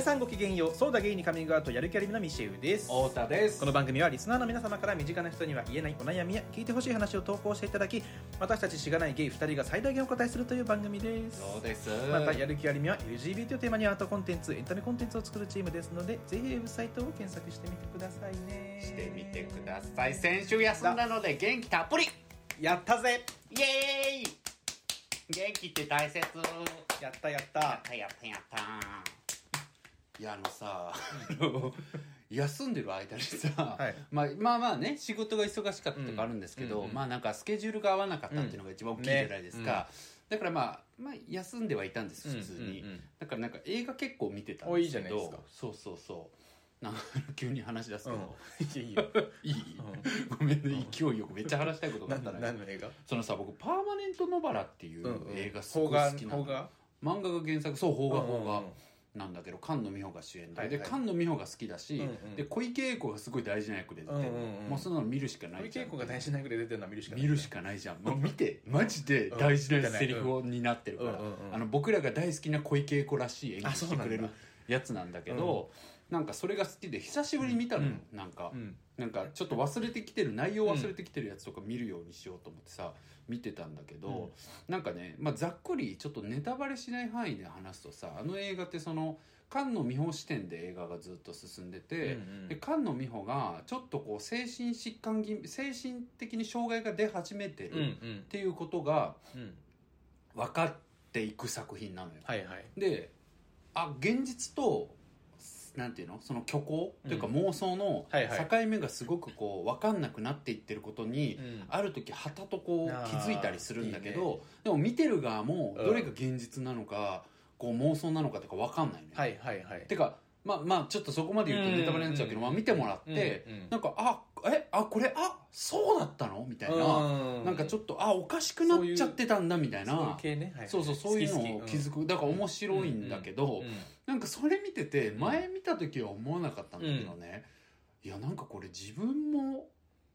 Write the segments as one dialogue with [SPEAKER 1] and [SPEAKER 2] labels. [SPEAKER 1] さんごきげんようソーダゲイにカミングアウトやる気ありみのミシェウです
[SPEAKER 2] 太田です
[SPEAKER 1] この番組はリスナーの皆様から身近な人には言えないお悩みや聞いてほしい話を投稿していただき私たちしがないゲイ2人が最大限お答えするという番組です
[SPEAKER 2] そうです
[SPEAKER 1] またやる気ありみは LGBT をテーマにアートコンテンツエンタメコンテンツを作るチームですのでぜひウェブサイトを検索してみてくださいね
[SPEAKER 2] してみてください先週休んだので元気たっぷり
[SPEAKER 1] やったぜ
[SPEAKER 2] イエーイ元気って大切
[SPEAKER 1] やったやっ
[SPEAKER 2] やったたやったやったいやあのさあの休んでる間にさ、
[SPEAKER 1] はい
[SPEAKER 2] まあ、まあまあね仕事が忙しかったとかあるんですけど、
[SPEAKER 1] うんうん
[SPEAKER 2] まあなんかスケジュールが合わなかったっていうのが一番大きいじゃないですか、
[SPEAKER 1] うんね
[SPEAKER 2] だからまあ、まあ、休んではいたんです普通に、
[SPEAKER 1] うんうんうん
[SPEAKER 2] だからなんか映画結構見てたん
[SPEAKER 1] おい
[SPEAKER 2] で
[SPEAKER 1] い
[SPEAKER 2] す
[SPEAKER 1] じゃ
[SPEAKER 2] け
[SPEAKER 1] な
[SPEAKER 2] ど
[SPEAKER 1] いですか
[SPEAKER 2] そうそうそうなんか 急に話し出すけど、
[SPEAKER 1] いいよ
[SPEAKER 2] いい、ごめんね勢いよくめっちゃ話したいことがあったのよ
[SPEAKER 1] の映画
[SPEAKER 2] そのさ僕「パーマネント・ノバラ」っていう
[SPEAKER 1] うんうん
[SPEAKER 2] 映画すごい好きなの、
[SPEAKER 1] 邦画邦
[SPEAKER 2] 漫画が原作そう邦画
[SPEAKER 1] うんうんうん
[SPEAKER 2] 邦画なんだけど菅野美穂が主演で,、
[SPEAKER 1] はいはい
[SPEAKER 2] で菅野美穂が好きだし、
[SPEAKER 1] うんうん
[SPEAKER 2] で小池栄子がすごい大事な役で出て、
[SPEAKER 1] うんうんうん
[SPEAKER 2] もうそんなの見るしかな
[SPEAKER 1] 小
[SPEAKER 2] いじ
[SPEAKER 1] 池
[SPEAKER 2] ゃ
[SPEAKER 1] 栄
[SPEAKER 2] ん
[SPEAKER 1] 子が大事なぐらい出てるのは見るしかな
[SPEAKER 2] 見
[SPEAKER 1] い
[SPEAKER 2] るしかないじゃん、もう見てマジで大事なセリフをになってるから、
[SPEAKER 1] うんうんうん
[SPEAKER 2] あの僕らが大好きな小池栄子らしい演技
[SPEAKER 1] あそう
[SPEAKER 2] して
[SPEAKER 1] なんだ
[SPEAKER 2] くれるやつなんだけどなん,、かそれが好きで久しぶりに見たのよ、なんか、
[SPEAKER 1] うん
[SPEAKER 2] なんかちょっと忘れてきてる内容忘れてきてるやつとか見るようにしようと思ってさ見てたんだけど、
[SPEAKER 1] うん
[SPEAKER 2] なんかね、まあ、ざっくりちょっとネタバレしない範囲で話すとさあの映画ってその菅野美穂視点で映画がずっと進んでて、
[SPEAKER 1] うんうん
[SPEAKER 2] で菅野美穂がちょっとこう精神疾患気味精神的に障害が出始めて
[SPEAKER 1] うんう
[SPEAKER 2] る
[SPEAKER 1] ん
[SPEAKER 2] っていうことが
[SPEAKER 1] うん
[SPEAKER 2] 分かっていく作品なのよ。
[SPEAKER 1] はいはい
[SPEAKER 2] であ現実となんていうのその虚構というか
[SPEAKER 1] うん
[SPEAKER 2] 妄想の
[SPEAKER 1] はいはい
[SPEAKER 2] 境目がすごくこう分かんなくなっていってることに、
[SPEAKER 1] うん
[SPEAKER 2] ある時はたとこう
[SPEAKER 1] あー
[SPEAKER 2] 気づいたりするんだけど
[SPEAKER 1] いい
[SPEAKER 2] でも見てる側も
[SPEAKER 1] うん
[SPEAKER 2] どれが現実なのか、こう妄想なのかとか分かんないのよ。
[SPEAKER 1] はいはいはい
[SPEAKER 2] てかまあまあちょっとそこまで言うとネタバレになっちゃうけど、
[SPEAKER 1] うんうん
[SPEAKER 2] まあ、見てもらって、
[SPEAKER 1] うんうん
[SPEAKER 2] なんか「あえあこれあそうだったの?」みたいな、
[SPEAKER 1] な
[SPEAKER 2] なんかちょ
[SPEAKER 1] っ
[SPEAKER 2] っと「あおかしくなっちゃってたんだ」みたいな。
[SPEAKER 1] そういう系ね、はいはい
[SPEAKER 2] そうそうそういうのを
[SPEAKER 1] 好き好き
[SPEAKER 2] 気づく、だから面白いんだけど、
[SPEAKER 1] うん
[SPEAKER 2] なんかそれ見てて
[SPEAKER 1] うん
[SPEAKER 2] 前見た時は思わなかったんだけどね、いやなんかこれ自分も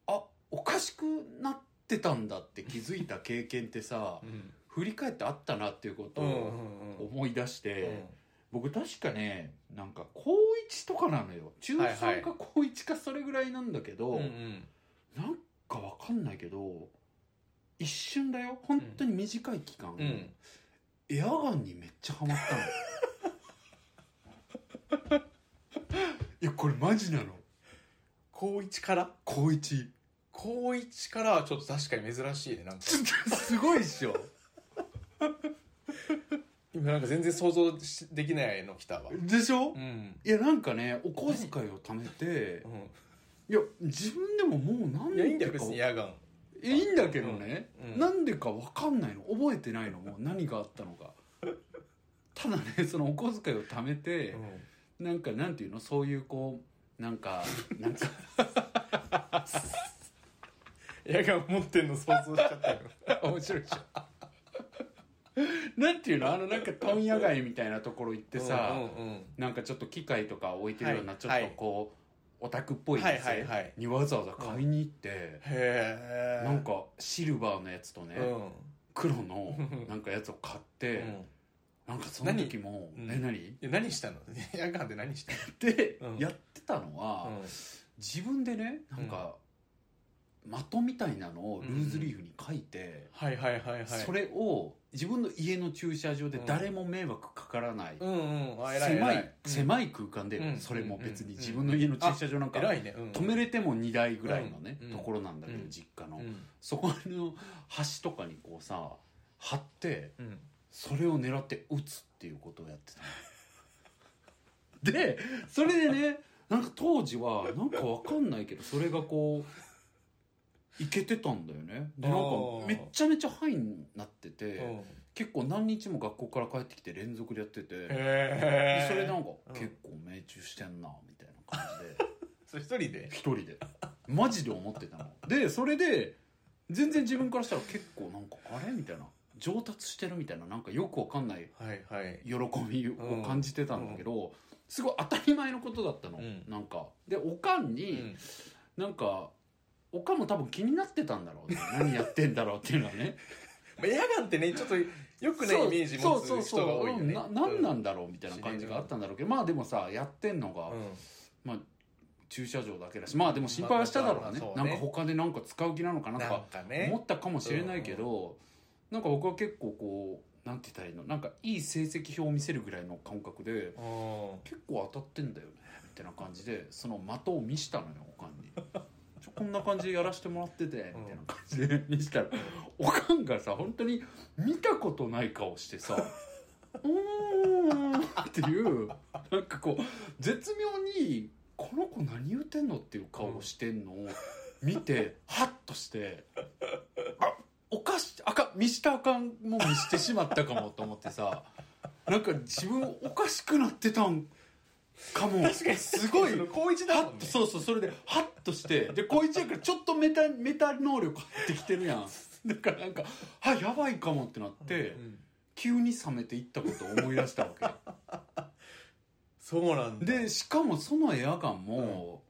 [SPEAKER 2] あおかしくなってたんだって気づいた経験ってさ
[SPEAKER 1] うん
[SPEAKER 2] 振り返ってあったなっていうこと
[SPEAKER 1] うんう
[SPEAKER 2] を
[SPEAKER 1] んうん
[SPEAKER 2] 思い出して、
[SPEAKER 1] う
[SPEAKER 2] 僕確かねなんか高1とかなのよ中
[SPEAKER 1] はいはい
[SPEAKER 2] 3か高1かそれぐらいなんだけど、
[SPEAKER 1] んうん
[SPEAKER 2] なんかわかんないけど一瞬だよ本当に短い期間、
[SPEAKER 1] うん
[SPEAKER 2] エアガンにめっちゃハマったの いやこれマジなの
[SPEAKER 1] 高一から
[SPEAKER 2] 高 一
[SPEAKER 1] 高一からはちょっと確かに珍しいねなんか
[SPEAKER 2] ちょっとすごいっしょ
[SPEAKER 1] 今なんか全然想像しできないの来たわ
[SPEAKER 2] でしょ、
[SPEAKER 1] うん
[SPEAKER 2] いやなんかねお小遣いを貯めて
[SPEAKER 1] う
[SPEAKER 2] いや自分でももう何
[SPEAKER 1] んいやいいんだ
[SPEAKER 2] で
[SPEAKER 1] よ
[SPEAKER 2] か
[SPEAKER 1] 別にエアガン
[SPEAKER 2] いいんだけどね、
[SPEAKER 1] うんうん
[SPEAKER 2] なんでか分かんないの覚えてないのもう何があったの かただねそのお小遣いを貯めて、なんかなんていうのそういうこうなんかなんか
[SPEAKER 1] エアガン持ってんの想像しちゃったよ
[SPEAKER 2] 面白いでしょなんていうのあのなんか問屋街みたいなところ行ってさ、
[SPEAKER 1] うんうんうん
[SPEAKER 2] なんかちょっと機械とか置いてるような、
[SPEAKER 1] はい
[SPEAKER 2] ちょっとこう、オタクっぽい店
[SPEAKER 1] はいはいはい
[SPEAKER 2] にわざわざ買いに行って、
[SPEAKER 1] へえ
[SPEAKER 2] なんかシルバーのやつとね、
[SPEAKER 1] うん
[SPEAKER 2] 黒のなんかやつを買って、
[SPEAKER 1] うん
[SPEAKER 2] なんかその時も「
[SPEAKER 1] 何
[SPEAKER 2] え何?
[SPEAKER 1] え何したのエアガンで何した」
[SPEAKER 2] で、
[SPEAKER 1] うん
[SPEAKER 2] やってたのは、
[SPEAKER 1] の
[SPEAKER 2] 自分でねなんか、的みたいなのをルーズリーフに書いて。
[SPEAKER 1] はいはいはいはい
[SPEAKER 2] それを自分の家の駐車場で誰も迷惑かからない、
[SPEAKER 1] うんうんあ偉い
[SPEAKER 2] 狭
[SPEAKER 1] 偉
[SPEAKER 2] い狭い空間で、
[SPEAKER 1] うん
[SPEAKER 2] それも別
[SPEAKER 1] うん
[SPEAKER 2] に自分の家の駐車場なん
[SPEAKER 1] うん偉
[SPEAKER 2] か
[SPEAKER 1] いねうん
[SPEAKER 2] 止めれても2台ぐらいのね、
[SPEAKER 1] うん
[SPEAKER 2] ところなんだけど、
[SPEAKER 1] うん
[SPEAKER 2] 実家の、
[SPEAKER 1] うん
[SPEAKER 2] そこの端とかにこうさ貼って
[SPEAKER 1] うん
[SPEAKER 2] それを狙って撃つっていうことをやってた のでそれでねなんか当時はなんかわかんないけどそれがこういけてたんだよねでなんか
[SPEAKER 1] あー
[SPEAKER 2] めっちゃめちゃハイになってて、
[SPEAKER 1] うん
[SPEAKER 2] 結構何日も学校から帰ってきて連続でやってて、
[SPEAKER 1] へ
[SPEAKER 2] で
[SPEAKER 1] え
[SPEAKER 2] それなんか、
[SPEAKER 1] うん
[SPEAKER 2] 結構命中してんなみたいな感じで
[SPEAKER 1] それ一人で
[SPEAKER 2] 一人でマジで思ってたのでそれで全然自分からしたら結構なんかあれみたいな上達してるみたいななんかよくわかんない
[SPEAKER 1] はいはい
[SPEAKER 2] 喜びを感じてたんだけど、すごい当たり前のことだったの、
[SPEAKER 1] うん
[SPEAKER 2] なんかでおかん
[SPEAKER 1] う
[SPEAKER 2] に、
[SPEAKER 1] ん
[SPEAKER 2] なんかおかんも多分気になってたんだろうね何やってんだろうっていうのはね
[SPEAKER 1] まあ、ヤガンってねちょっとよくないイメージ持つ人が多いよね
[SPEAKER 2] そうそうそううんななんなんだろうみたいな感じがあったんだろうけどまあでもさやってんのが、
[SPEAKER 1] うん
[SPEAKER 2] 駐車場だけだしまあでも心配はしただろうね,、
[SPEAKER 1] まあまあ
[SPEAKER 2] な
[SPEAKER 1] まあ
[SPEAKER 2] ん
[SPEAKER 1] そう
[SPEAKER 2] か
[SPEAKER 1] ね
[SPEAKER 2] 他でなんか使う気なのかなと
[SPEAKER 1] なん
[SPEAKER 2] か
[SPEAKER 1] かね
[SPEAKER 2] 思ったかもしれないけど、なんか僕は結構こうなんて言ったらいいのなんかいい成績表を見せるぐらいの感覚で
[SPEAKER 1] うん
[SPEAKER 2] 結構当たってんだよねみたいな感じでその的を見したのよおかんに。 ちょこんな感じでやらせてもらっててみたいな感じで 見したらおかんがさ本当に見たことない顔してさ「うーん」っていうなんかこう絶妙に「この子何言うてんの?」っていう顔をしてんのを見てハッとして「あおかしあかん見したらあかんもん見してしまったかも」と思って さなんか自分おかしくなってたんかも
[SPEAKER 1] 確かに
[SPEAKER 2] すごい
[SPEAKER 1] その高一だ
[SPEAKER 2] ハ
[SPEAKER 1] も
[SPEAKER 2] ッ
[SPEAKER 1] んね
[SPEAKER 2] とそうそうそれでハッとしてで高一やからちょ っとメタメタ能力入ってきてるやんだからなんかあやばいかもってなって、
[SPEAKER 1] うん
[SPEAKER 2] 急に冷めていったことを思い出したわけ
[SPEAKER 1] そうなんだ
[SPEAKER 2] でしかもそのエアガンも、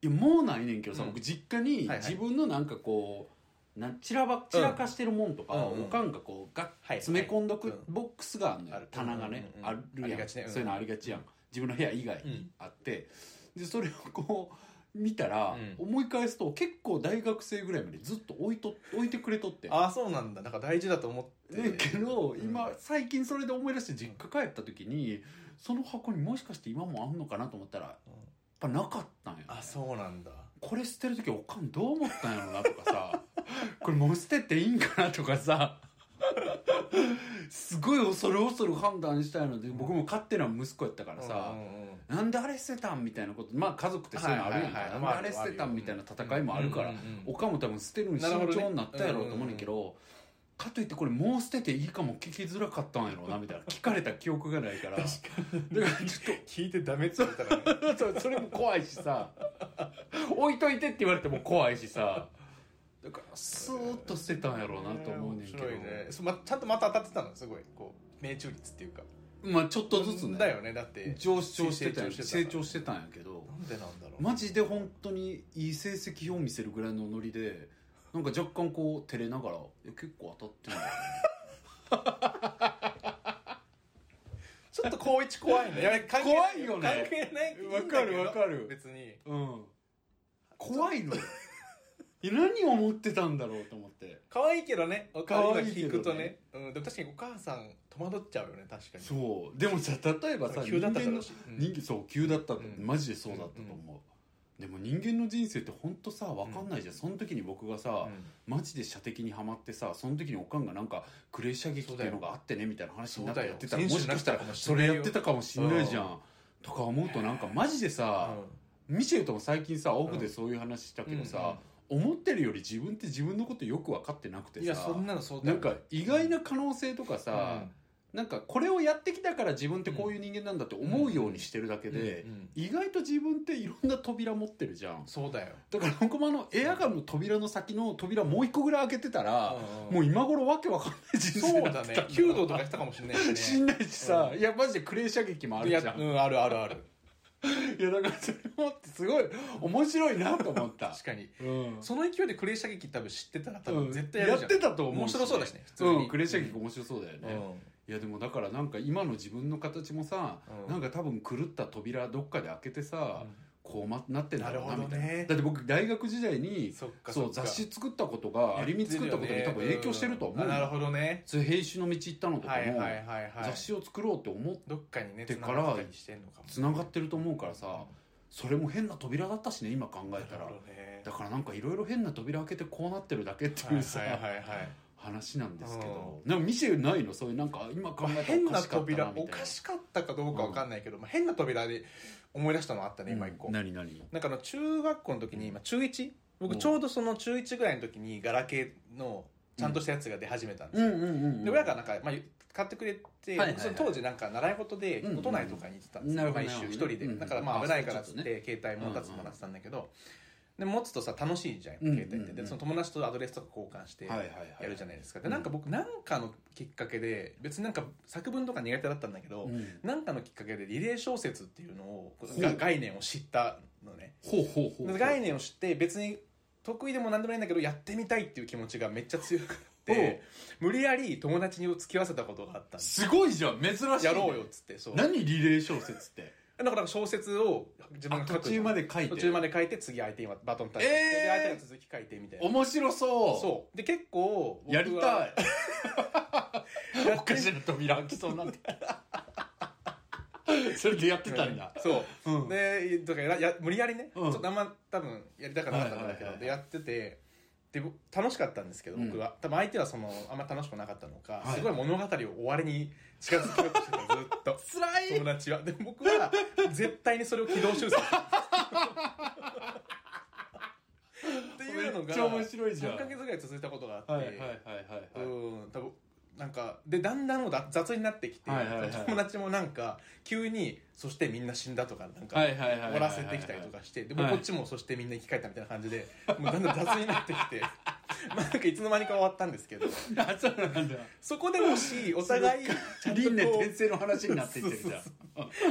[SPEAKER 2] いやもうないねんけどさ、
[SPEAKER 1] うん
[SPEAKER 2] 僕実家に
[SPEAKER 1] はいはい
[SPEAKER 2] 自分のなんかこうな散らば散らかしてるもんとか、
[SPEAKER 1] うんうんうん
[SPEAKER 2] おかんがこうが
[SPEAKER 1] はい
[SPEAKER 2] 詰め込んどく、
[SPEAKER 1] うん
[SPEAKER 2] ボックスがあるのよ
[SPEAKER 1] ある
[SPEAKER 2] 棚がね、
[SPEAKER 1] うんうんうん
[SPEAKER 2] ある
[SPEAKER 1] あり
[SPEAKER 2] やん
[SPEAKER 1] がちねうん
[SPEAKER 2] そういうのありがちやん自分の部屋以外にあって、でそれをこう見たら、
[SPEAKER 1] う
[SPEAKER 2] 思い返すと結構大学生ぐらいまでずっと置いと置いてくれとって
[SPEAKER 1] ああそうなんだなんか大事だと思って
[SPEAKER 2] だけど
[SPEAKER 1] うん
[SPEAKER 2] 今最近それで思い出して実家帰った時にその箱にもしかして今もあんのかなと思ったらやっ
[SPEAKER 1] うん
[SPEAKER 2] ぱなかったんや
[SPEAKER 1] あそうなんだ
[SPEAKER 2] これ捨てる時おかんどう思ったんやろなとかさ これもう捨てていいんかなとかさ すごい恐る恐る判断したいので僕も勝手な息子やったからさ
[SPEAKER 1] うんうんうん
[SPEAKER 2] なんであれ捨てたんみたいなことまあ家族ってそういうのあるやんか
[SPEAKER 1] はいはいは
[SPEAKER 2] ないんであれ捨てたんみたいな戦いもあるから
[SPEAKER 1] うんうんうん
[SPEAKER 2] おかんも多分捨てるのに慎重になったやろうと思うねんけどかといってこれもう捨てていいかも聞きづらかったんやろうなみたいな聞かれた記憶がない からだからちょっ
[SPEAKER 1] 聞いてダメって言ったらね
[SPEAKER 2] とそうそれも怖いしさ置いといてって言われても怖いしさだからスーッと捨てたんやろうなと思うねんけど、
[SPEAKER 1] 面白いねそうまちゃんとまた当たってたのすごいこう命中率っていうか
[SPEAKER 2] まあちょっとずつね
[SPEAKER 1] だよねだって
[SPEAKER 2] 上昇してたんや
[SPEAKER 1] 成長してた
[SPEAKER 2] 成長してたんやけど
[SPEAKER 1] なんでなんだろう
[SPEAKER 2] マジで本当にいい成績表を見せるぐらいのノリでなんか若干こう照れながらいや結構当たってんだよね
[SPEAKER 1] ちょっと高一怖いねいや関係
[SPEAKER 2] 怖いよね
[SPEAKER 1] 関係ないいいんだけど
[SPEAKER 2] わかるわかる
[SPEAKER 1] 別に
[SPEAKER 2] うん怖いのよいや何を思ってたんだろうと思って
[SPEAKER 1] 可愛いけどねおかんが
[SPEAKER 2] 可愛いけ
[SPEAKER 1] 聞
[SPEAKER 2] どね
[SPEAKER 1] くとねうんでも確かにお母さん戸惑っちゃうよね確かに
[SPEAKER 2] そうでもさ例えばさ
[SPEAKER 1] 急
[SPEAKER 2] 人間
[SPEAKER 1] だったから
[SPEAKER 2] の
[SPEAKER 1] しうん
[SPEAKER 2] 人間そう急だったと、
[SPEAKER 1] うん
[SPEAKER 2] マジでそうだったと思う、でも人間の人生って本当さ分かんないじゃん、その時に僕がさ、マジで射的にはまってさその時におかんがなんかクレー射撃っていうのがあってねみたいな話になってやってたら
[SPEAKER 1] そう
[SPEAKER 2] も
[SPEAKER 1] だ
[SPEAKER 2] し
[SPEAKER 1] よ
[SPEAKER 2] かしたら
[SPEAKER 1] 選
[SPEAKER 2] そ
[SPEAKER 1] 手に
[SPEAKER 2] れ
[SPEAKER 1] な
[SPEAKER 2] や
[SPEAKER 1] っ
[SPEAKER 2] ってて
[SPEAKER 1] た
[SPEAKER 2] たかもしんないじゃ
[SPEAKER 1] うん
[SPEAKER 2] とか思うとなんかマジでさ、ミシェルとも最近さオフでそういう話したけどさ、思ってるより自分って自分のことよく分かってなくて
[SPEAKER 1] うん
[SPEAKER 2] さ
[SPEAKER 1] いやそんなのそうだ
[SPEAKER 2] な
[SPEAKER 1] よ
[SPEAKER 2] んか意外な可能性とか
[SPEAKER 1] うん
[SPEAKER 2] さ、なんかこれをやってきたから自分ってこういう人間なんだって思うようにしてるだけで
[SPEAKER 1] うんうん、
[SPEAKER 2] 意外と自分っていろんな扉持ってるじゃん
[SPEAKER 1] そうだよ
[SPEAKER 2] だから僕もあのエアガンの扉の先の扉もう一個ぐらい開けてたら、
[SPEAKER 1] うん
[SPEAKER 2] もう今頃わけわかんない人
[SPEAKER 1] そ
[SPEAKER 2] 生
[SPEAKER 1] う
[SPEAKER 2] になっ
[SPEAKER 1] だ
[SPEAKER 2] て
[SPEAKER 1] ね
[SPEAKER 2] た
[SPEAKER 1] 弓道とかしたかもしれない しね
[SPEAKER 2] しんないしさ、
[SPEAKER 1] う
[SPEAKER 2] いやマジでクレー射撃もあるじゃんい
[SPEAKER 1] いやうんあるあるある
[SPEAKER 2] やだからそれもあってすごい面白いなと思 った
[SPEAKER 1] 確かに
[SPEAKER 2] うん
[SPEAKER 1] その勢いでクレー射撃多分知ってたら多
[SPEAKER 2] うん
[SPEAKER 1] 分絶対やるじゃん
[SPEAKER 2] ってたと思う
[SPEAKER 1] 面白そうだしね普通に
[SPEAKER 2] うん、クレー射撃面白そうだよね、
[SPEAKER 1] うん
[SPEAKER 2] いやでもだからなんか今の自分の形もさ、
[SPEAKER 1] うん
[SPEAKER 2] なんか多分狂った扉どっかで開けてさ、こうまなってんだろうな
[SPEAKER 1] な
[SPEAKER 2] み
[SPEAKER 1] るほ
[SPEAKER 2] た
[SPEAKER 1] ど
[SPEAKER 2] い
[SPEAKER 1] ね
[SPEAKER 2] なだって僕大学時代に
[SPEAKER 1] そっか
[SPEAKER 2] そう
[SPEAKER 1] そっか
[SPEAKER 2] 雑誌作ったことがアリミ作ったことに多分影響してると思うの
[SPEAKER 1] なるほどね
[SPEAKER 2] そういう編集の道行ったのとか
[SPEAKER 1] はいはい
[SPEAKER 2] も
[SPEAKER 1] はいはい
[SPEAKER 2] 雑誌を作ろうって思っ
[SPEAKER 1] どっかにね
[SPEAKER 2] て
[SPEAKER 1] 繋
[SPEAKER 2] から
[SPEAKER 1] がったりしてんのかも
[SPEAKER 2] つながってると思うからさそれも変な扉だったしね今考えた
[SPEAKER 1] な
[SPEAKER 2] ら
[SPEAKER 1] るほどね
[SPEAKER 2] だからなんかいろいろ変な扉開けてこうなってるだけっていうさ
[SPEAKER 1] はいはい はいはい
[SPEAKER 2] 話なんですけどでも見せないのそういうなんか今考えたらおかしかったなみたい
[SPEAKER 1] 変な扉
[SPEAKER 2] な
[SPEAKER 1] おかしかったかどうかわかんないけど、まあ、変な扉で思い出したのあったね今一個、
[SPEAKER 2] うん何何
[SPEAKER 1] なんかあの中学校の時に、まあ、中 1?
[SPEAKER 2] う
[SPEAKER 1] 僕
[SPEAKER 2] ん
[SPEAKER 1] ちょうどその中1ぐらいの時にガラケーのちゃんとしたやつが出始めたんですよ、
[SPEAKER 2] うんうんうん
[SPEAKER 1] で親がなんか、まあ、買ってくれて、
[SPEAKER 2] はいはいはい
[SPEAKER 1] 僕その当時なんか習い事で
[SPEAKER 2] うんうん
[SPEAKER 1] 都内とかに行ってたんです
[SPEAKER 2] なる
[SPEAKER 1] よ
[SPEAKER 2] ほど
[SPEAKER 1] 毎週
[SPEAKER 2] なる
[SPEAKER 1] 一
[SPEAKER 2] ほど
[SPEAKER 1] 人で、
[SPEAKER 2] うん
[SPEAKER 1] だからまあ
[SPEAKER 2] あ
[SPEAKER 1] 危ないからっつっ
[SPEAKER 2] そう
[SPEAKER 1] て携帯持たずもらってたんだけど、で持つとさ楽しいじゃん
[SPEAKER 2] うんうん
[SPEAKER 1] 携帯って、でその友達とアドレスとか交換して
[SPEAKER 2] はいはいはい
[SPEAKER 1] やるじゃないですか、でなんか僕なんかのきっかけで別になんか作文とか苦手だったんだけど、
[SPEAKER 2] うん
[SPEAKER 1] なんかのきっかけでリレー小説っていうのを
[SPEAKER 2] ほう
[SPEAKER 1] が概念を知ったのね
[SPEAKER 2] ほうほうほうほう
[SPEAKER 1] 概念を知って別に得意でも何でもないんだけどやってみたいっていう気持ちがめっちゃ強くて無理やり友達に付き合わせたことがあったんです
[SPEAKER 2] すごいじゃん珍しいね
[SPEAKER 1] やろうよっつってそうだか
[SPEAKER 2] 何リレー小説って
[SPEAKER 1] らなんか小説を自分
[SPEAKER 2] あ
[SPEAKER 1] が書
[SPEAKER 2] 途
[SPEAKER 1] く
[SPEAKER 2] 中まで書いて
[SPEAKER 1] 途中まで書いて次相手にバトンタッチして、
[SPEAKER 2] えー
[SPEAKER 1] で相手が続き書いてみたいな
[SPEAKER 2] 面白そう
[SPEAKER 1] そうで結構僕は
[SPEAKER 2] やりたい
[SPEAKER 1] や
[SPEAKER 2] お
[SPEAKER 1] って
[SPEAKER 2] か
[SPEAKER 1] み
[SPEAKER 2] しな扉開きそうになってそれでやってたんだ、
[SPEAKER 1] そう
[SPEAKER 2] うん
[SPEAKER 1] でとかやや無理やりね、
[SPEAKER 2] うん
[SPEAKER 1] ちょっとあんま多分やりたくなかったん
[SPEAKER 2] は
[SPEAKER 1] だけど、
[SPEAKER 2] いはいはいはい
[SPEAKER 1] でやっててでぼ楽しかったんですけど
[SPEAKER 2] うん
[SPEAKER 1] 僕は、多分相手はそのあんま楽しくなかったのか、
[SPEAKER 2] はい
[SPEAKER 1] すごい物語を終わりに近づけようとしてたずっ と
[SPEAKER 2] つら
[SPEAKER 1] 友達はで僕は絶対にそれを軌道 修正っていうの
[SPEAKER 2] め
[SPEAKER 1] が
[SPEAKER 2] っちゃ面白いじゃん
[SPEAKER 1] 3ヶ月ぐらい続いたことがあって、
[SPEAKER 2] はいはいはいはいはい、
[SPEAKER 1] うん多分なんかでだんだんもうだ雑になってきて、
[SPEAKER 2] はいはいはい
[SPEAKER 1] 友達もなんか急に「そしてみんな死んだ」とかなんか、
[SPEAKER 2] はいはいはいはい
[SPEAKER 1] 終わらせてきたりとかしてでも
[SPEAKER 2] は
[SPEAKER 1] う
[SPEAKER 2] い
[SPEAKER 1] こっちも「そしてみんな生き返った」みたいな感じで、もうだんだん雑になってきて なんかいつの間にか終わったんですけど
[SPEAKER 2] あそうなんだ
[SPEAKER 1] そこで もしお互いちゃんと
[SPEAKER 2] 輪廻
[SPEAKER 1] こ
[SPEAKER 2] 転生の話になっていってるじゃん
[SPEAKER 1] そ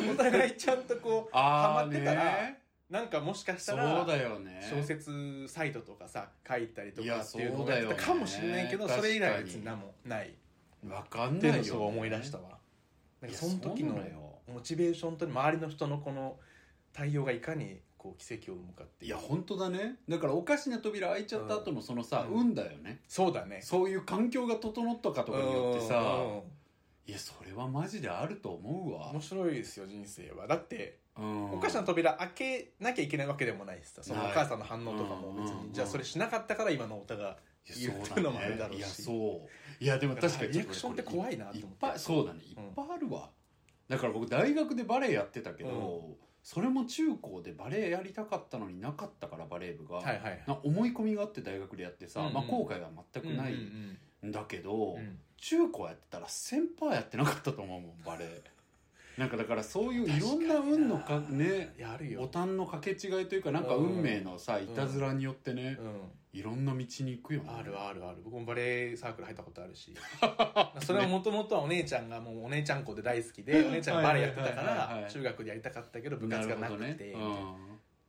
[SPEAKER 1] ううお互いちゃんとこうハマ
[SPEAKER 2] あ
[SPEAKER 1] っ
[SPEAKER 2] ー
[SPEAKER 1] てたら、
[SPEAKER 2] ね
[SPEAKER 1] なんかもしかした
[SPEAKER 2] そう
[SPEAKER 1] ら
[SPEAKER 2] だよね
[SPEAKER 1] 小説サイトとかさ書いたりと
[SPEAKER 2] い
[SPEAKER 1] か
[SPEAKER 2] や
[SPEAKER 1] っていうのをやってたかもしれないけど
[SPEAKER 2] そうだよ
[SPEAKER 1] そ
[SPEAKER 2] ね
[SPEAKER 1] れ以来は別に何もない。
[SPEAKER 2] わかん
[SPEAKER 1] っ
[SPEAKER 2] な
[SPEAKER 1] て
[SPEAKER 2] いよ、
[SPEAKER 1] いうのを
[SPEAKER 2] ね、
[SPEAKER 1] すごい思い出したわなん
[SPEAKER 2] い
[SPEAKER 1] か
[SPEAKER 2] や
[SPEAKER 1] その時の
[SPEAKER 2] そうなのよ
[SPEAKER 1] モチベーションと周りの人のこの対応がいかにこう奇跡を生むかってい
[SPEAKER 2] いうや本当だねだからおかしな扉開いちゃった後のそのさ、
[SPEAKER 1] うん
[SPEAKER 2] 運だよね
[SPEAKER 1] そうだね
[SPEAKER 2] そういう環境が整ったかとかによってさ
[SPEAKER 1] うん
[SPEAKER 2] いやそれはマジであると思うわ
[SPEAKER 1] 面白いですよ人生はだって
[SPEAKER 2] うん
[SPEAKER 1] お母さんの扉開けなきゃいけないわけでもないしさそのお
[SPEAKER 2] はい
[SPEAKER 1] 母さんの反応とかも別
[SPEAKER 2] うんうんう
[SPEAKER 1] に
[SPEAKER 2] ん
[SPEAKER 1] じゃあそれしなかったから今のおたが
[SPEAKER 2] いや
[SPEAKER 1] 言う
[SPEAKER 2] そう
[SPEAKER 1] っていうのもあ
[SPEAKER 2] だね
[SPEAKER 1] るだろうし
[SPEAKER 2] いやそういやでも確かに
[SPEAKER 1] リアクションって怖いなと思って
[SPEAKER 2] っぱいそうだねいっぱいあるわ、だから僕大学でバレエやってたけど、
[SPEAKER 1] う
[SPEAKER 2] それも中高でバレエやりたかったのになかったからバレー部が、
[SPEAKER 1] はいはい
[SPEAKER 2] な思い込みがあって大学でやってさ、
[SPEAKER 1] うんうん
[SPEAKER 2] まあ、後悔は全くない
[SPEAKER 1] うんうんん
[SPEAKER 2] だけど、
[SPEAKER 1] うんうん
[SPEAKER 2] 中高やってたら先輩やってなかったと思うもんバレエなんかだからそういういろんな運のかね
[SPEAKER 1] いやある
[SPEAKER 2] ボ
[SPEAKER 1] よ
[SPEAKER 2] タンの掛け違いというかなんか運命のさいたずらによってね
[SPEAKER 1] う、ん
[SPEAKER 2] いろんな道に行くよね
[SPEAKER 1] あるあるある僕もバレエサークル入ったことあ るしそれはもともとはお姉ちゃんがもうお姉ちゃん子で大好 きでお姉ちゃんがバレエやってた
[SPEAKER 2] はい
[SPEAKER 1] か
[SPEAKER 2] はいはいはいは
[SPEAKER 1] ら
[SPEAKER 2] い
[SPEAKER 1] 中学でやりたかったけど部活がなくて
[SPEAKER 2] るほどね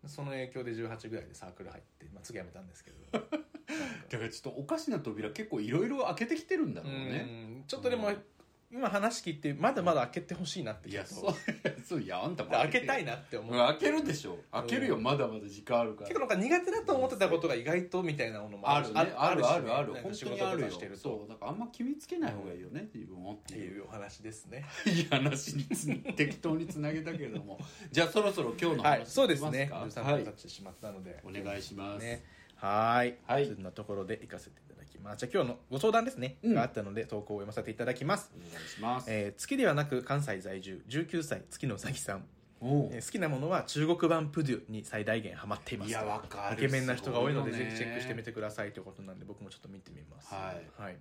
[SPEAKER 2] うん
[SPEAKER 1] その影響で18ぐらいでサークル入って、まあ、次辞めたんですけどなんか
[SPEAKER 2] だからちょっとおかしな扉結構いろいろ開けてきてるんだ
[SPEAKER 1] う
[SPEAKER 2] ろうね
[SPEAKER 1] んちょっとでも
[SPEAKER 2] うん
[SPEAKER 1] 今話聞いてまだまだ開けてほしいなって
[SPEAKER 2] い
[SPEAKER 1] ちょ
[SPEAKER 2] や
[SPEAKER 1] っと
[SPEAKER 2] そう そういやあんたも
[SPEAKER 1] 開け
[SPEAKER 2] て
[SPEAKER 1] たいなって思
[SPEAKER 2] う
[SPEAKER 1] うん
[SPEAKER 2] 開けるでしょ開けるよ
[SPEAKER 1] う
[SPEAKER 2] まだまだ時間あるから
[SPEAKER 1] 結構なんか苦手だと思ってたことが意外とみたいなものも
[SPEAKER 2] あるねあるあるある
[SPEAKER 1] な
[SPEAKER 2] 本
[SPEAKER 1] んか
[SPEAKER 2] 当
[SPEAKER 1] 仕
[SPEAKER 2] に
[SPEAKER 1] 事
[SPEAKER 2] あ
[SPEAKER 1] と
[SPEAKER 2] る
[SPEAKER 1] か
[SPEAKER 2] よ
[SPEAKER 1] してると
[SPEAKER 2] そうだからあんま決めつけない方がいいよね自分をっ
[SPEAKER 1] ってて
[SPEAKER 2] いう
[SPEAKER 1] いうお話ですね
[SPEAKER 2] いい話につ適当につなげたけれども じゃあそろそろ今日の話
[SPEAKER 1] はいそうです
[SPEAKER 2] い
[SPEAKER 1] ね
[SPEAKER 2] きますか
[SPEAKER 1] 13
[SPEAKER 2] は
[SPEAKER 1] 分
[SPEAKER 2] い
[SPEAKER 1] 経ってしまったので、
[SPEAKER 2] お願いします
[SPEAKER 1] ね、はい、
[SPEAKER 2] はい
[SPEAKER 1] そんなところで行かせていただきますじゃあ今日のご相談ですね、
[SPEAKER 2] うん
[SPEAKER 1] があったので投稿を読ませていただきます、
[SPEAKER 2] お願いします
[SPEAKER 1] えー月ではなく関西在住19歳月のうさぎさん、
[SPEAKER 2] おう
[SPEAKER 1] えー好きなものは中国版プデュに最大限ハマっています
[SPEAKER 2] いやわかる
[SPEAKER 1] イケメンな人が多いので、
[SPEAKER 2] すご
[SPEAKER 1] ぜ
[SPEAKER 2] よね
[SPEAKER 1] ひチェックしてみてくださいということなんで僕もちょっと見てみます
[SPEAKER 2] はい
[SPEAKER 1] はい、はい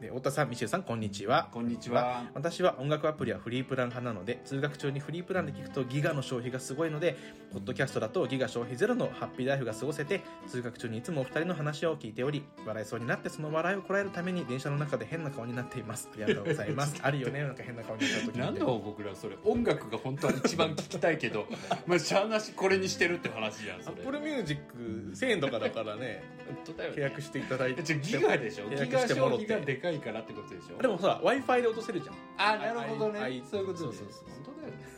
[SPEAKER 1] で太田さんミシェルさんこんにちは
[SPEAKER 2] こんにちは
[SPEAKER 1] 私は音楽アプリはフリープラン派なので通学中にフリープランで聞くとギガの消費がすごいのでポッドキャストだとギガ消費ゼロのハッピーライフが過ごせて通学中にいつもお二人の話を聞いており笑いそうになってその笑いをこらえるために電車の中で変な顔になっていますありがとうございます あるよねなんか変な顔になった時
[SPEAKER 2] なんだ僕らそれ音楽が本当は一番聞きたいけど まあしゃあなしこれにしてるって話じゃん
[SPEAKER 1] ア
[SPEAKER 2] そ
[SPEAKER 1] ッ
[SPEAKER 2] れ
[SPEAKER 1] プルミュージック1000円とかだからね
[SPEAKER 2] 本当だよ
[SPEAKER 1] 契約していただいて
[SPEAKER 2] ちょギガでしょ
[SPEAKER 1] 契
[SPEAKER 2] ギ
[SPEAKER 1] 約
[SPEAKER 2] ガ
[SPEAKER 1] して
[SPEAKER 2] 消
[SPEAKER 1] もろ
[SPEAKER 2] 費が
[SPEAKER 1] て
[SPEAKER 2] でかいからってことでしょ
[SPEAKER 1] でもさ w i f i で落とせるじゃん
[SPEAKER 2] あなるほど
[SPEAKER 1] あ
[SPEAKER 2] ね
[SPEAKER 1] い
[SPEAKER 2] そういうこと
[SPEAKER 1] そ
[SPEAKER 2] そうう
[SPEAKER 1] そ
[SPEAKER 2] そううそう
[SPEAKER 1] そ
[SPEAKER 2] う本当だよね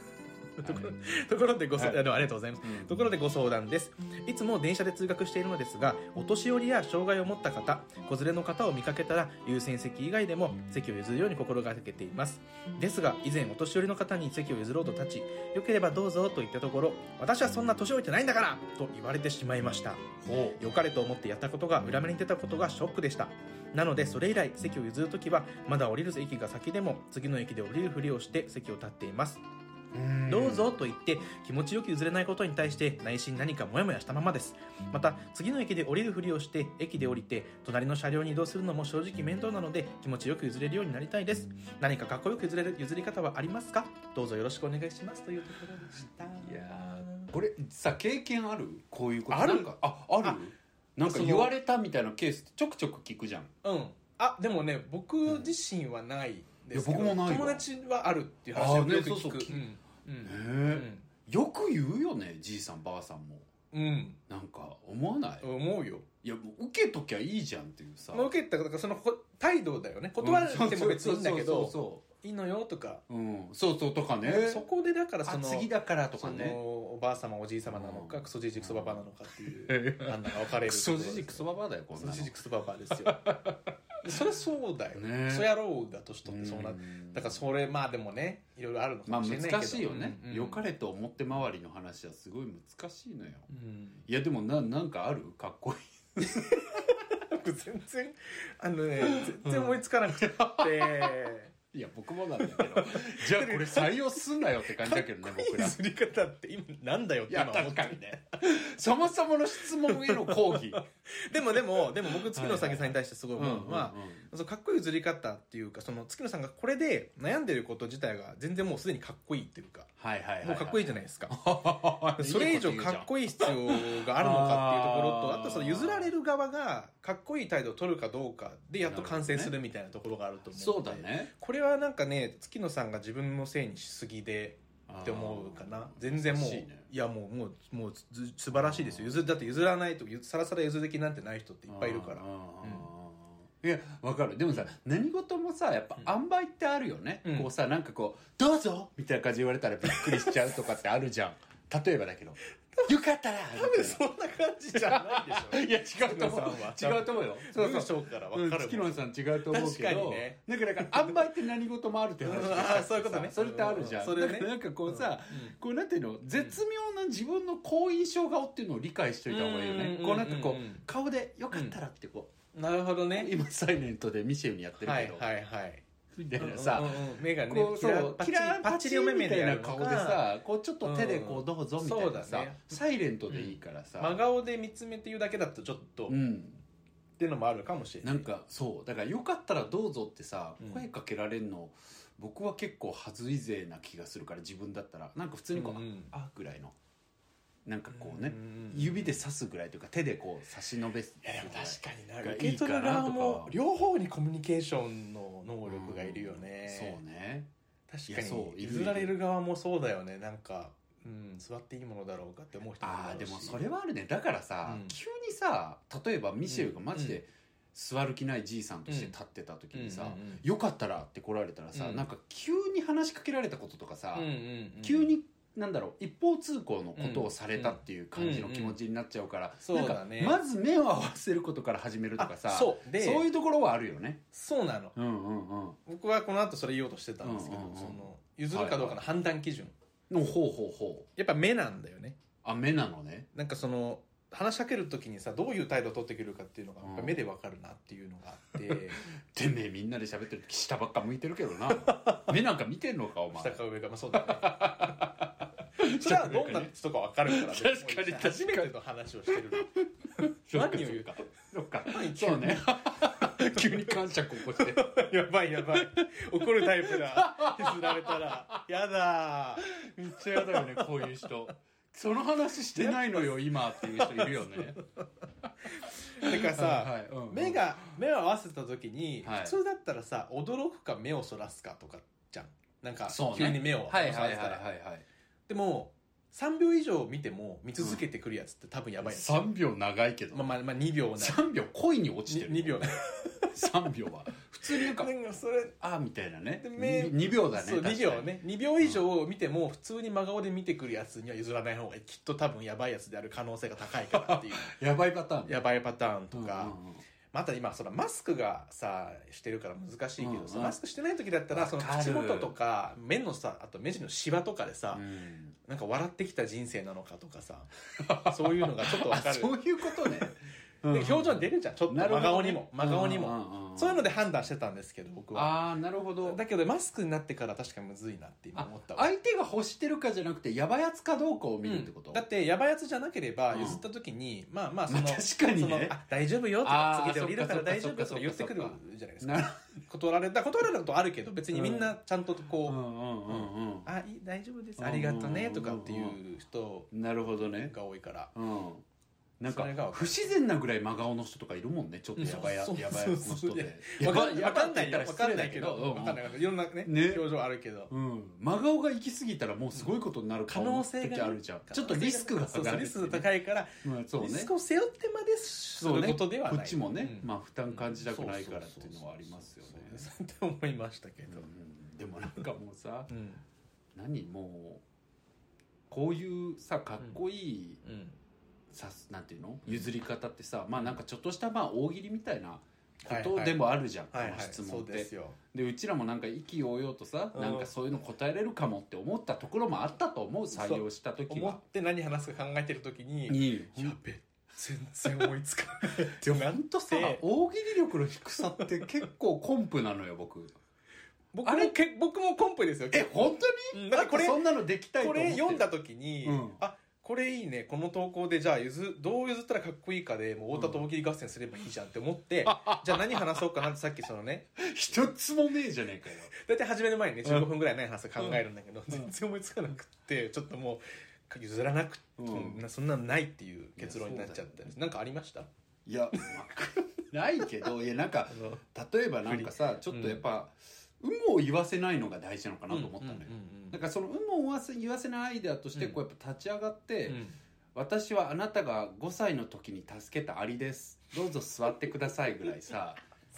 [SPEAKER 1] ところところでご相
[SPEAKER 2] は
[SPEAKER 1] 談、でもありがとうございますところでご相談ですいつも電車で通学しているのですがお年寄りや障害を持った方子連れの方を見かけたら優先席以外でも席を譲るように心がけていますですが以前お年寄りの方に席を譲ろうと立ち良ければどうぞと言ったところ私はそんな年老いてないんだからと言われてしまいました
[SPEAKER 2] ほ
[SPEAKER 1] 良かれと思ってやったことが裏目に出たことがショックでしたなのでそれ以来席を譲るときはまだ降りる駅が先でも次の駅で降りるふりをして席を立っています
[SPEAKER 2] う
[SPEAKER 1] どうぞと言って気持ちよく譲れないことに対して内心何かモヤモヤしたままですまた次の駅で降りるふりをして駅で降りて隣の車両に移動するのも正直面倒なので気持ちよく譲れるようになりたいです何かかっこよく譲れる譲り方はありますかどうぞよろしくお願いしますというところでした
[SPEAKER 2] いやーこれさ経験あるこういうこと
[SPEAKER 1] ある
[SPEAKER 2] なんかあある
[SPEAKER 1] あ
[SPEAKER 2] なんか
[SPEAKER 1] その
[SPEAKER 2] 言われたみたいなケースってちょくちょく聞くじゃん
[SPEAKER 1] うんあでもね僕自身はないですけど、
[SPEAKER 2] いや僕もないわ
[SPEAKER 1] 友達はあるっていう話をよく聞
[SPEAKER 2] あ
[SPEAKER 1] く
[SPEAKER 2] ーねそうそう聞く
[SPEAKER 1] うんうん
[SPEAKER 2] ねえよく言うよねじいさんばあさんも
[SPEAKER 1] ううん
[SPEAKER 2] なんか思わない、
[SPEAKER 1] 思うよ
[SPEAKER 2] いやもう受けときゃいいじゃんっていうさ
[SPEAKER 1] まあ受けただからそのこ態度だよね断られても別にいいんだけ
[SPEAKER 2] うん
[SPEAKER 1] ど
[SPEAKER 2] そ
[SPEAKER 1] いいのよとか
[SPEAKER 2] うそうそうそう,、うん、そうそうとかね
[SPEAKER 1] そこでだからそ
[SPEAKER 2] あ
[SPEAKER 1] の
[SPEAKER 2] 次だからとか
[SPEAKER 1] そ
[SPEAKER 2] ね
[SPEAKER 1] のおばあ様おじい様なの
[SPEAKER 2] う
[SPEAKER 1] か
[SPEAKER 2] ん
[SPEAKER 1] クソじじクソばばなのかっていう
[SPEAKER 2] ええ
[SPEAKER 1] 判断が分かれる
[SPEAKER 2] クソじじクソ
[SPEAKER 1] ば
[SPEAKER 2] ババアだよこ
[SPEAKER 1] ク
[SPEAKER 2] ん
[SPEAKER 1] ソ
[SPEAKER 2] なの
[SPEAKER 1] じじクソばばですよ それそうだよ
[SPEAKER 2] ね
[SPEAKER 1] そやろうが年取ってそうな
[SPEAKER 2] うん
[SPEAKER 1] だからそれまあでもねいろいろあるの
[SPEAKER 2] ま
[SPEAKER 1] か
[SPEAKER 2] あ
[SPEAKER 1] もしれないけど
[SPEAKER 2] 難しいよね、
[SPEAKER 1] うんうん
[SPEAKER 2] 良かれと思って周りの話はすごい難しいのよ
[SPEAKER 1] うん
[SPEAKER 2] いやでもななんかあるかっこいい
[SPEAKER 1] 僕全然あのね全然思いつかなくて
[SPEAKER 2] いや僕もなんだけど じゃあこれ採用すんなよって感じだけどね僕ら
[SPEAKER 1] すり方って今なんだよって今思っ
[SPEAKER 2] い
[SPEAKER 1] て
[SPEAKER 2] や
[SPEAKER 1] る
[SPEAKER 2] 確かにそもそもの質問への抗議
[SPEAKER 1] でもでもでも僕月野さんに対してすごい思うのは
[SPEAKER 2] うんうんうん
[SPEAKER 1] そのかっこいいずり方っていうかその月野さんがこれで悩んでること自体が全然もうすでにかっこいいっていうか
[SPEAKER 2] はいはいはい、
[SPEAKER 1] もうかっこいい
[SPEAKER 2] い
[SPEAKER 1] じゃないですか
[SPEAKER 2] い
[SPEAKER 1] それ以上かっこいい必要があるのかっていうところと
[SPEAKER 2] あー
[SPEAKER 1] あとその譲られる側がかっこいい態度を取るかどうかでやっと完成するみたいなところがあると思う
[SPEAKER 2] そ
[SPEAKER 1] ん
[SPEAKER 2] う
[SPEAKER 1] で
[SPEAKER 2] だね
[SPEAKER 1] これはなんかね月野さんが自分のせいにしすぎでって思うかな全然もう
[SPEAKER 2] 難
[SPEAKER 1] い,、
[SPEAKER 2] しいね
[SPEAKER 1] やもうもうもうず素晴らしいですよ譲だって譲らないとゆさらさら譲る気なんてない人っていっぱいいるから
[SPEAKER 2] あーいやわかるでもさ何事もさやっぱ塩梅ってあるよね、
[SPEAKER 1] うん
[SPEAKER 2] こうさなんかこう「どうぞ!」みたいな感じで言われたらびっくりしちゃうとかってある じゃん例えばだけど「よかったら!」
[SPEAKER 1] 多分そんな感じじゃないでしょ
[SPEAKER 2] いや違うと思
[SPEAKER 1] 月野さんは
[SPEAKER 2] う違うと思う よ
[SPEAKER 1] そう
[SPEAKER 2] 文
[SPEAKER 1] そ
[SPEAKER 2] 章
[SPEAKER 1] うから
[SPEAKER 2] う
[SPEAKER 1] 分
[SPEAKER 2] ん、
[SPEAKER 1] かる
[SPEAKER 2] 月
[SPEAKER 1] もん、
[SPEAKER 2] 野さん違うと思うけど
[SPEAKER 1] 確かにね
[SPEAKER 2] なんかなんか塩梅って何事もあるって話
[SPEAKER 1] う
[SPEAKER 2] で
[SPEAKER 1] ん
[SPEAKER 2] さ
[SPEAKER 1] あーそういうことね
[SPEAKER 2] それってあるじゃん、
[SPEAKER 1] うんそれね
[SPEAKER 2] だからなんかこうさ、
[SPEAKER 1] うん
[SPEAKER 2] こうなんていうの絶妙な自分の好印象顔っていうのを理解しといた方がいいよね、
[SPEAKER 1] うん
[SPEAKER 2] こうなんかこう、
[SPEAKER 1] うんうん
[SPEAKER 2] 顔で「よかったら」ってこ
[SPEAKER 1] なるほど
[SPEAKER 2] う、
[SPEAKER 1] ね
[SPEAKER 2] 今サイレントでミシェルにやってる
[SPEAKER 1] は
[SPEAKER 2] け
[SPEAKER 1] い
[SPEAKER 2] ど、
[SPEAKER 1] はいはい
[SPEAKER 2] みたいなさ、
[SPEAKER 1] うんうんうん目がね
[SPEAKER 2] こうそう
[SPEAKER 1] キ
[SPEAKER 2] キ
[SPEAKER 1] ラ
[SPEAKER 2] ラ
[SPEAKER 1] ー
[SPEAKER 2] ー
[SPEAKER 1] パ
[SPEAKER 2] パ
[SPEAKER 1] ッ
[SPEAKER 2] チ
[SPEAKER 1] チリ
[SPEAKER 2] リ
[SPEAKER 1] 目
[SPEAKER 2] みたい
[SPEAKER 1] や
[SPEAKER 2] な
[SPEAKER 1] るの
[SPEAKER 2] 顔
[SPEAKER 1] か
[SPEAKER 2] でさこうちょっと手で
[SPEAKER 1] う
[SPEAKER 2] こ
[SPEAKER 1] ん
[SPEAKER 2] うどうぞみたいな
[SPEAKER 1] そう
[SPEAKER 2] さ、
[SPEAKER 1] だね
[SPEAKER 2] サイレントでいいからさ、
[SPEAKER 1] 真顔で見つめて言うだけだとちょっと、
[SPEAKER 2] う
[SPEAKER 1] っ
[SPEAKER 2] ん、
[SPEAKER 1] ていうのもあるかもしれな
[SPEAKER 2] ないんかそうだからよかったらどうぞってさ
[SPEAKER 1] うん
[SPEAKER 2] 声かけられるの、僕は結構はずいぜな気がするから自分だったらなんか普通にこう、
[SPEAKER 1] うんうん
[SPEAKER 2] ああぐらいのなんかこうね、
[SPEAKER 1] んんうん
[SPEAKER 2] 指で刺すぐらいというか手でこう差し伸べす
[SPEAKER 1] いやでも確かにな
[SPEAKER 2] がいいかな
[SPEAKER 1] 受け取る側
[SPEAKER 2] と
[SPEAKER 1] も
[SPEAKER 2] か
[SPEAKER 1] 両方にコミュニケーションの能力がいるよ
[SPEAKER 2] う
[SPEAKER 1] ね、
[SPEAKER 2] んそうねいや
[SPEAKER 1] 確か
[SPEAKER 2] そう
[SPEAKER 1] に
[SPEAKER 2] いるいる
[SPEAKER 1] 譲られる側もそうだよねなんか、うん、座っていいものだろうかって思う人もいるだ
[SPEAKER 2] あ
[SPEAKER 1] ろ
[SPEAKER 2] ー
[SPEAKER 1] う
[SPEAKER 2] で
[SPEAKER 1] し
[SPEAKER 2] もそれはあるねだからさ、
[SPEAKER 1] うん
[SPEAKER 2] 急にさ例えばミシェルがマジ
[SPEAKER 1] うん
[SPEAKER 2] で座る気ないじいさんとして立ってた時にさ、
[SPEAKER 1] うんうんうん
[SPEAKER 2] よかったらって来られたらさ、
[SPEAKER 1] うん
[SPEAKER 2] なんか急に話しかけられたこととかさ、
[SPEAKER 1] うんうんうん
[SPEAKER 2] 急になんだろう一方通行のことをされたっていう感じの気持ちになっちゃうから、
[SPEAKER 1] うんうんうん
[SPEAKER 2] なんか
[SPEAKER 1] そうだね
[SPEAKER 2] まず目を合わせることから始めるとかさ
[SPEAKER 1] あそうで
[SPEAKER 2] そういうところはあるよね。
[SPEAKER 1] そうなの
[SPEAKER 2] うんうんうん、
[SPEAKER 1] 僕はこの後それ言おうとしてたんですけど、
[SPEAKER 2] うんうんうん
[SPEAKER 1] その譲るかどうかの判断基準、
[SPEAKER 2] のほうほうほう
[SPEAKER 1] やっぱ目なんだよね
[SPEAKER 2] あ目なのね
[SPEAKER 1] なんかその話しかける時にさどういう態度を取ってくるかっていうのが
[SPEAKER 2] うん
[SPEAKER 1] やっぱ目でわかるなっていうのがあって、
[SPEAKER 2] てめえみんなで喋ってる時下ばっか向いてるけど な目なんか見てんのかお前
[SPEAKER 1] 下か上かまあそうだ ねそれはどんな人かわかるから
[SPEAKER 2] 確かに確かに
[SPEAKER 1] 初めての話をしてる
[SPEAKER 2] そっか
[SPEAKER 1] 何を言う
[SPEAKER 2] そっかそっか
[SPEAKER 1] 何急に
[SPEAKER 2] そうね 急に感謝ここして
[SPEAKER 1] のやばいやばい怒るタイプだ削られたらやだ
[SPEAKER 2] めっちゃ嫌だよねこういう人その話してないのよ今っていう人いるよね
[SPEAKER 1] てかさ、
[SPEAKER 2] はいはいうんうん
[SPEAKER 1] 目が目を合わせた時に、
[SPEAKER 2] はい
[SPEAKER 1] 普通だったらさ驚くか目をそらすかとかじゃんなんか
[SPEAKER 2] そうね
[SPEAKER 1] 急に目を合わ
[SPEAKER 2] はい
[SPEAKER 1] せたら、
[SPEAKER 2] はいはいはいはい
[SPEAKER 1] でも3秒以上見ても見続けてくるやつって多分やばいやつ、
[SPEAKER 2] 3秒長いけど、
[SPEAKER 1] まあまあまあ2秒な
[SPEAKER 2] 3秒恋に落ちてる
[SPEAKER 1] 2秒な
[SPEAKER 2] 3秒は普通になんか
[SPEAKER 1] なんかそれ
[SPEAKER 2] あーみたいなね
[SPEAKER 1] で目
[SPEAKER 2] 2, 秒だね
[SPEAKER 1] そう
[SPEAKER 2] 確か
[SPEAKER 1] 2
[SPEAKER 2] に
[SPEAKER 1] 秒ね2秒以上見ても普通に真顔で見てくるやつには譲らない方がきっと多分やばいやつである可能性が高いかなっていう
[SPEAKER 2] やばいパターン
[SPEAKER 1] やばいパターンとか、
[SPEAKER 2] うんうんうん
[SPEAKER 1] また今そのマスクがさしてるから難しいけど
[SPEAKER 2] う
[SPEAKER 1] さ、
[SPEAKER 2] んうん
[SPEAKER 1] マスクしてない時だったら
[SPEAKER 2] わ
[SPEAKER 1] そ
[SPEAKER 2] かる
[SPEAKER 1] の口元とか目のさあと目地のシワとかでさ、
[SPEAKER 2] うん
[SPEAKER 1] なんか笑ってきた人生なのかとか さそういうのがちょっとわ
[SPEAKER 2] あ
[SPEAKER 1] かる
[SPEAKER 2] そういうことね
[SPEAKER 1] で表情に出るじゃんちょっと
[SPEAKER 2] なる
[SPEAKER 1] 真
[SPEAKER 2] ほど
[SPEAKER 1] 顔
[SPEAKER 2] ね
[SPEAKER 1] にも真顔に
[SPEAKER 2] うん
[SPEAKER 1] も、
[SPEAKER 2] んん
[SPEAKER 1] そういうので判断してたんですけど僕は
[SPEAKER 2] ああなるほど
[SPEAKER 1] だけどマスクになってから確かにむずいなって今思ったわ
[SPEAKER 2] 相手が欲してるかじゃなくてやばいやつかどうかを見るってこと、
[SPEAKER 1] うんだってやばいやつじゃなければ
[SPEAKER 2] うん
[SPEAKER 1] 譲った時に、まあまあその,、
[SPEAKER 2] まあ確かにね
[SPEAKER 1] そのあ大丈夫よとか
[SPEAKER 2] あー
[SPEAKER 1] 次で降りるから
[SPEAKER 2] そっか
[SPEAKER 1] 大丈夫よと
[SPEAKER 2] そっ
[SPEAKER 1] か
[SPEAKER 2] か
[SPEAKER 1] 言ってくる
[SPEAKER 2] そっか
[SPEAKER 1] じゃないです
[SPEAKER 2] な
[SPEAKER 1] か
[SPEAKER 2] る
[SPEAKER 1] 断られた断られたことあるけど別にみんなちゃんとこ
[SPEAKER 2] う
[SPEAKER 1] う「
[SPEAKER 2] んうんうんう
[SPEAKER 1] あいい大丈夫です
[SPEAKER 2] うん
[SPEAKER 1] ありがとね」とかっていう人
[SPEAKER 2] んなるほどね
[SPEAKER 1] が多いから
[SPEAKER 2] うんなんか
[SPEAKER 1] それが分か
[SPEAKER 2] 不自然なぐらい真顔の人とかいるもんねちょっとやばいや
[SPEAKER 1] そうそう
[SPEAKER 2] やばいの
[SPEAKER 1] そうそ
[SPEAKER 2] 人
[SPEAKER 1] う
[SPEAKER 2] で
[SPEAKER 1] わかん
[SPEAKER 2] や
[SPEAKER 1] わ
[SPEAKER 2] ば
[SPEAKER 1] か
[SPEAKER 2] やば
[SPEAKER 1] ん
[SPEAKER 2] って言
[SPEAKER 1] ない
[SPEAKER 2] った
[SPEAKER 1] よ
[SPEAKER 2] ら
[SPEAKER 1] わ
[SPEAKER 2] 失
[SPEAKER 1] か
[SPEAKER 2] 礼
[SPEAKER 1] ん
[SPEAKER 2] だ
[SPEAKER 1] ないけ
[SPEAKER 2] け
[SPEAKER 1] ど
[SPEAKER 2] ど
[SPEAKER 1] わかんないわかんないいろんなね
[SPEAKER 2] ね
[SPEAKER 1] 表情あるけど
[SPEAKER 2] うんうん真顔が行き過ぎたらもうすごいことになる
[SPEAKER 1] 可
[SPEAKER 2] 顔
[SPEAKER 1] 能
[SPEAKER 2] の
[SPEAKER 1] 性
[SPEAKER 2] 時
[SPEAKER 1] が
[SPEAKER 2] あるじゃんちょっとリスクが上
[SPEAKER 1] そう
[SPEAKER 2] が
[SPEAKER 1] そう
[SPEAKER 2] る
[SPEAKER 1] リスクが高いから
[SPEAKER 2] まあそうね
[SPEAKER 1] リスクを背負ってまです
[SPEAKER 2] そう
[SPEAKER 1] る
[SPEAKER 2] ね
[SPEAKER 1] ことではない
[SPEAKER 2] こっちもね、
[SPEAKER 1] うん
[SPEAKER 2] まあ負担感じたくないからっていうのはありますよね
[SPEAKER 1] そうですって思いましたけど
[SPEAKER 2] うんでもなんかもうさ
[SPEAKER 1] うん
[SPEAKER 2] 何もうこういうさかっこいい
[SPEAKER 1] うん
[SPEAKER 2] さなんていうの譲り方ってさまあなんかちょっとしたまあ大喜利みたいなこと
[SPEAKER 1] はい
[SPEAKER 2] でもあるじゃん、
[SPEAKER 1] はいは
[SPEAKER 2] こ
[SPEAKER 1] い
[SPEAKER 2] の質
[SPEAKER 1] そ
[SPEAKER 2] 問っ
[SPEAKER 1] う
[SPEAKER 2] て、
[SPEAKER 1] ですよ
[SPEAKER 2] でうちらもなんか意気揚々とさ、
[SPEAKER 1] うん
[SPEAKER 2] なんかそういうの答えれるかもって思ったところもあったと思う
[SPEAKER 1] そう
[SPEAKER 2] 採用した時
[SPEAKER 1] 思っ
[SPEAKER 2] は。
[SPEAKER 1] て何話すか考えてる時に
[SPEAKER 2] に
[SPEAKER 1] やべ全然思いつかないってなっ
[SPEAKER 2] 本当さ
[SPEAKER 1] で
[SPEAKER 2] 大喜利力の低さって結構コンプなのよ 僕
[SPEAKER 1] 僕
[SPEAKER 2] あ
[SPEAKER 1] も
[SPEAKER 2] れ
[SPEAKER 1] け僕もコンプですよ
[SPEAKER 2] え本当
[SPEAKER 1] うん
[SPEAKER 2] に
[SPEAKER 1] だってこれ
[SPEAKER 2] そんなのできたいと
[SPEAKER 1] こ
[SPEAKER 2] 思って
[SPEAKER 1] れ
[SPEAKER 2] る
[SPEAKER 1] 読んだ時に、
[SPEAKER 2] うん
[SPEAKER 1] あこれいいねこの投稿でじゃあゆずどう譲ったらかっこいいかでもう太田と大喜利合戦すればいいじゃんって思って、じゃあ何話そうかなってさっきそのね
[SPEAKER 2] 一つもねえじゃねえかよ
[SPEAKER 1] 大体始める前にね
[SPEAKER 2] うん
[SPEAKER 1] 15分ぐらい何話すか考えるんだけど、
[SPEAKER 2] うん
[SPEAKER 1] 全然思いつかなくってちょっともう譲らなく
[SPEAKER 2] うん
[SPEAKER 1] うんなそんなのないっていう結論になっちゃったりなんかありました
[SPEAKER 2] いや まあないけどいやなんか
[SPEAKER 1] あの
[SPEAKER 2] 例えばなんかさちょっとやっぱ、有無を言わせないのが大事なのかなと思ったのよ、
[SPEAKER 1] うんうん
[SPEAKER 2] なんかその有無を言わせ言わせないアイデアとして
[SPEAKER 1] うん
[SPEAKER 2] こうやっぱ立ち上がって、
[SPEAKER 1] うんうん
[SPEAKER 2] 私はあなたが5歳の時に助けたアリですどうぞ座ってくださいぐらいさ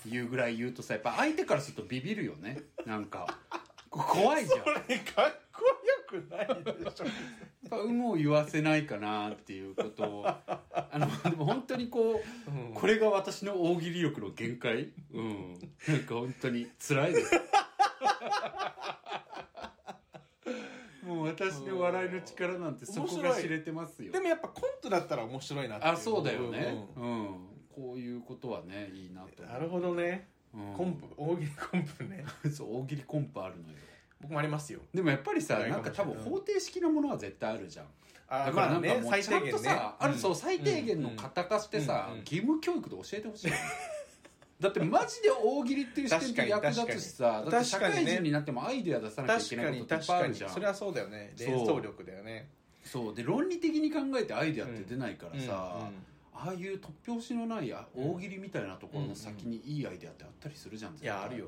[SPEAKER 2] 言うぐらい言うとさやっぱ相手からするとビビるよねなんかこ怖いじゃんや
[SPEAKER 1] これかっこよくないでしょ
[SPEAKER 2] っぱ有無を言わせないかなっていうことをあのでも本当にこう
[SPEAKER 1] うん
[SPEAKER 2] これが私の大喜利力の限界うんなんか本当に辛いです もう私の笑いの力なんてそこが知れてますよ
[SPEAKER 1] でもやっぱコントだったら面白いなってい
[SPEAKER 2] あそうだよね
[SPEAKER 1] う
[SPEAKER 2] うん、こういうことはねいいなと
[SPEAKER 1] んなるほどね
[SPEAKER 2] ど、うん
[SPEAKER 1] コンプ大喜利コンプね
[SPEAKER 2] そう大喜利コンプあるのよ
[SPEAKER 1] 僕もありますよ
[SPEAKER 2] でもやっぱりさ
[SPEAKER 1] ない
[SPEAKER 2] な
[SPEAKER 1] か
[SPEAKER 2] ん
[SPEAKER 1] も
[SPEAKER 2] か
[SPEAKER 1] しれ
[SPEAKER 2] 多
[SPEAKER 1] ない
[SPEAKER 2] 分方程式なものは絶対あるじゃん
[SPEAKER 1] あ
[SPEAKER 2] だからなんかも
[SPEAKER 1] まあ
[SPEAKER 2] うちゃんとさ、あるそうう最低限の型化してさ、
[SPEAKER 1] うんうん
[SPEAKER 2] 義務教育で教えてほしいよねだってマジで大喜利っていう視点で役立つしさ
[SPEAKER 1] 確かに確かに
[SPEAKER 2] だって社
[SPEAKER 1] 確か
[SPEAKER 2] 会
[SPEAKER 1] にね
[SPEAKER 2] 人になってもアイデア出さなきゃい
[SPEAKER 1] 確
[SPEAKER 2] け
[SPEAKER 1] か
[SPEAKER 2] ない
[SPEAKER 1] に
[SPEAKER 2] ことっていっぱい
[SPEAKER 1] 確
[SPEAKER 2] あ
[SPEAKER 1] か
[SPEAKER 2] る
[SPEAKER 1] に
[SPEAKER 2] じゃん
[SPEAKER 1] それはそうだよね
[SPEAKER 2] そう
[SPEAKER 1] 連想力だよね
[SPEAKER 2] そうで論理的に考えてアイデアって出ないからさ、
[SPEAKER 1] うん
[SPEAKER 2] ああいう突拍子のないあ
[SPEAKER 1] うん
[SPEAKER 2] 大喜利みたいなところの先にいいアイデアってあったりするじゃん、
[SPEAKER 1] いやあるよ、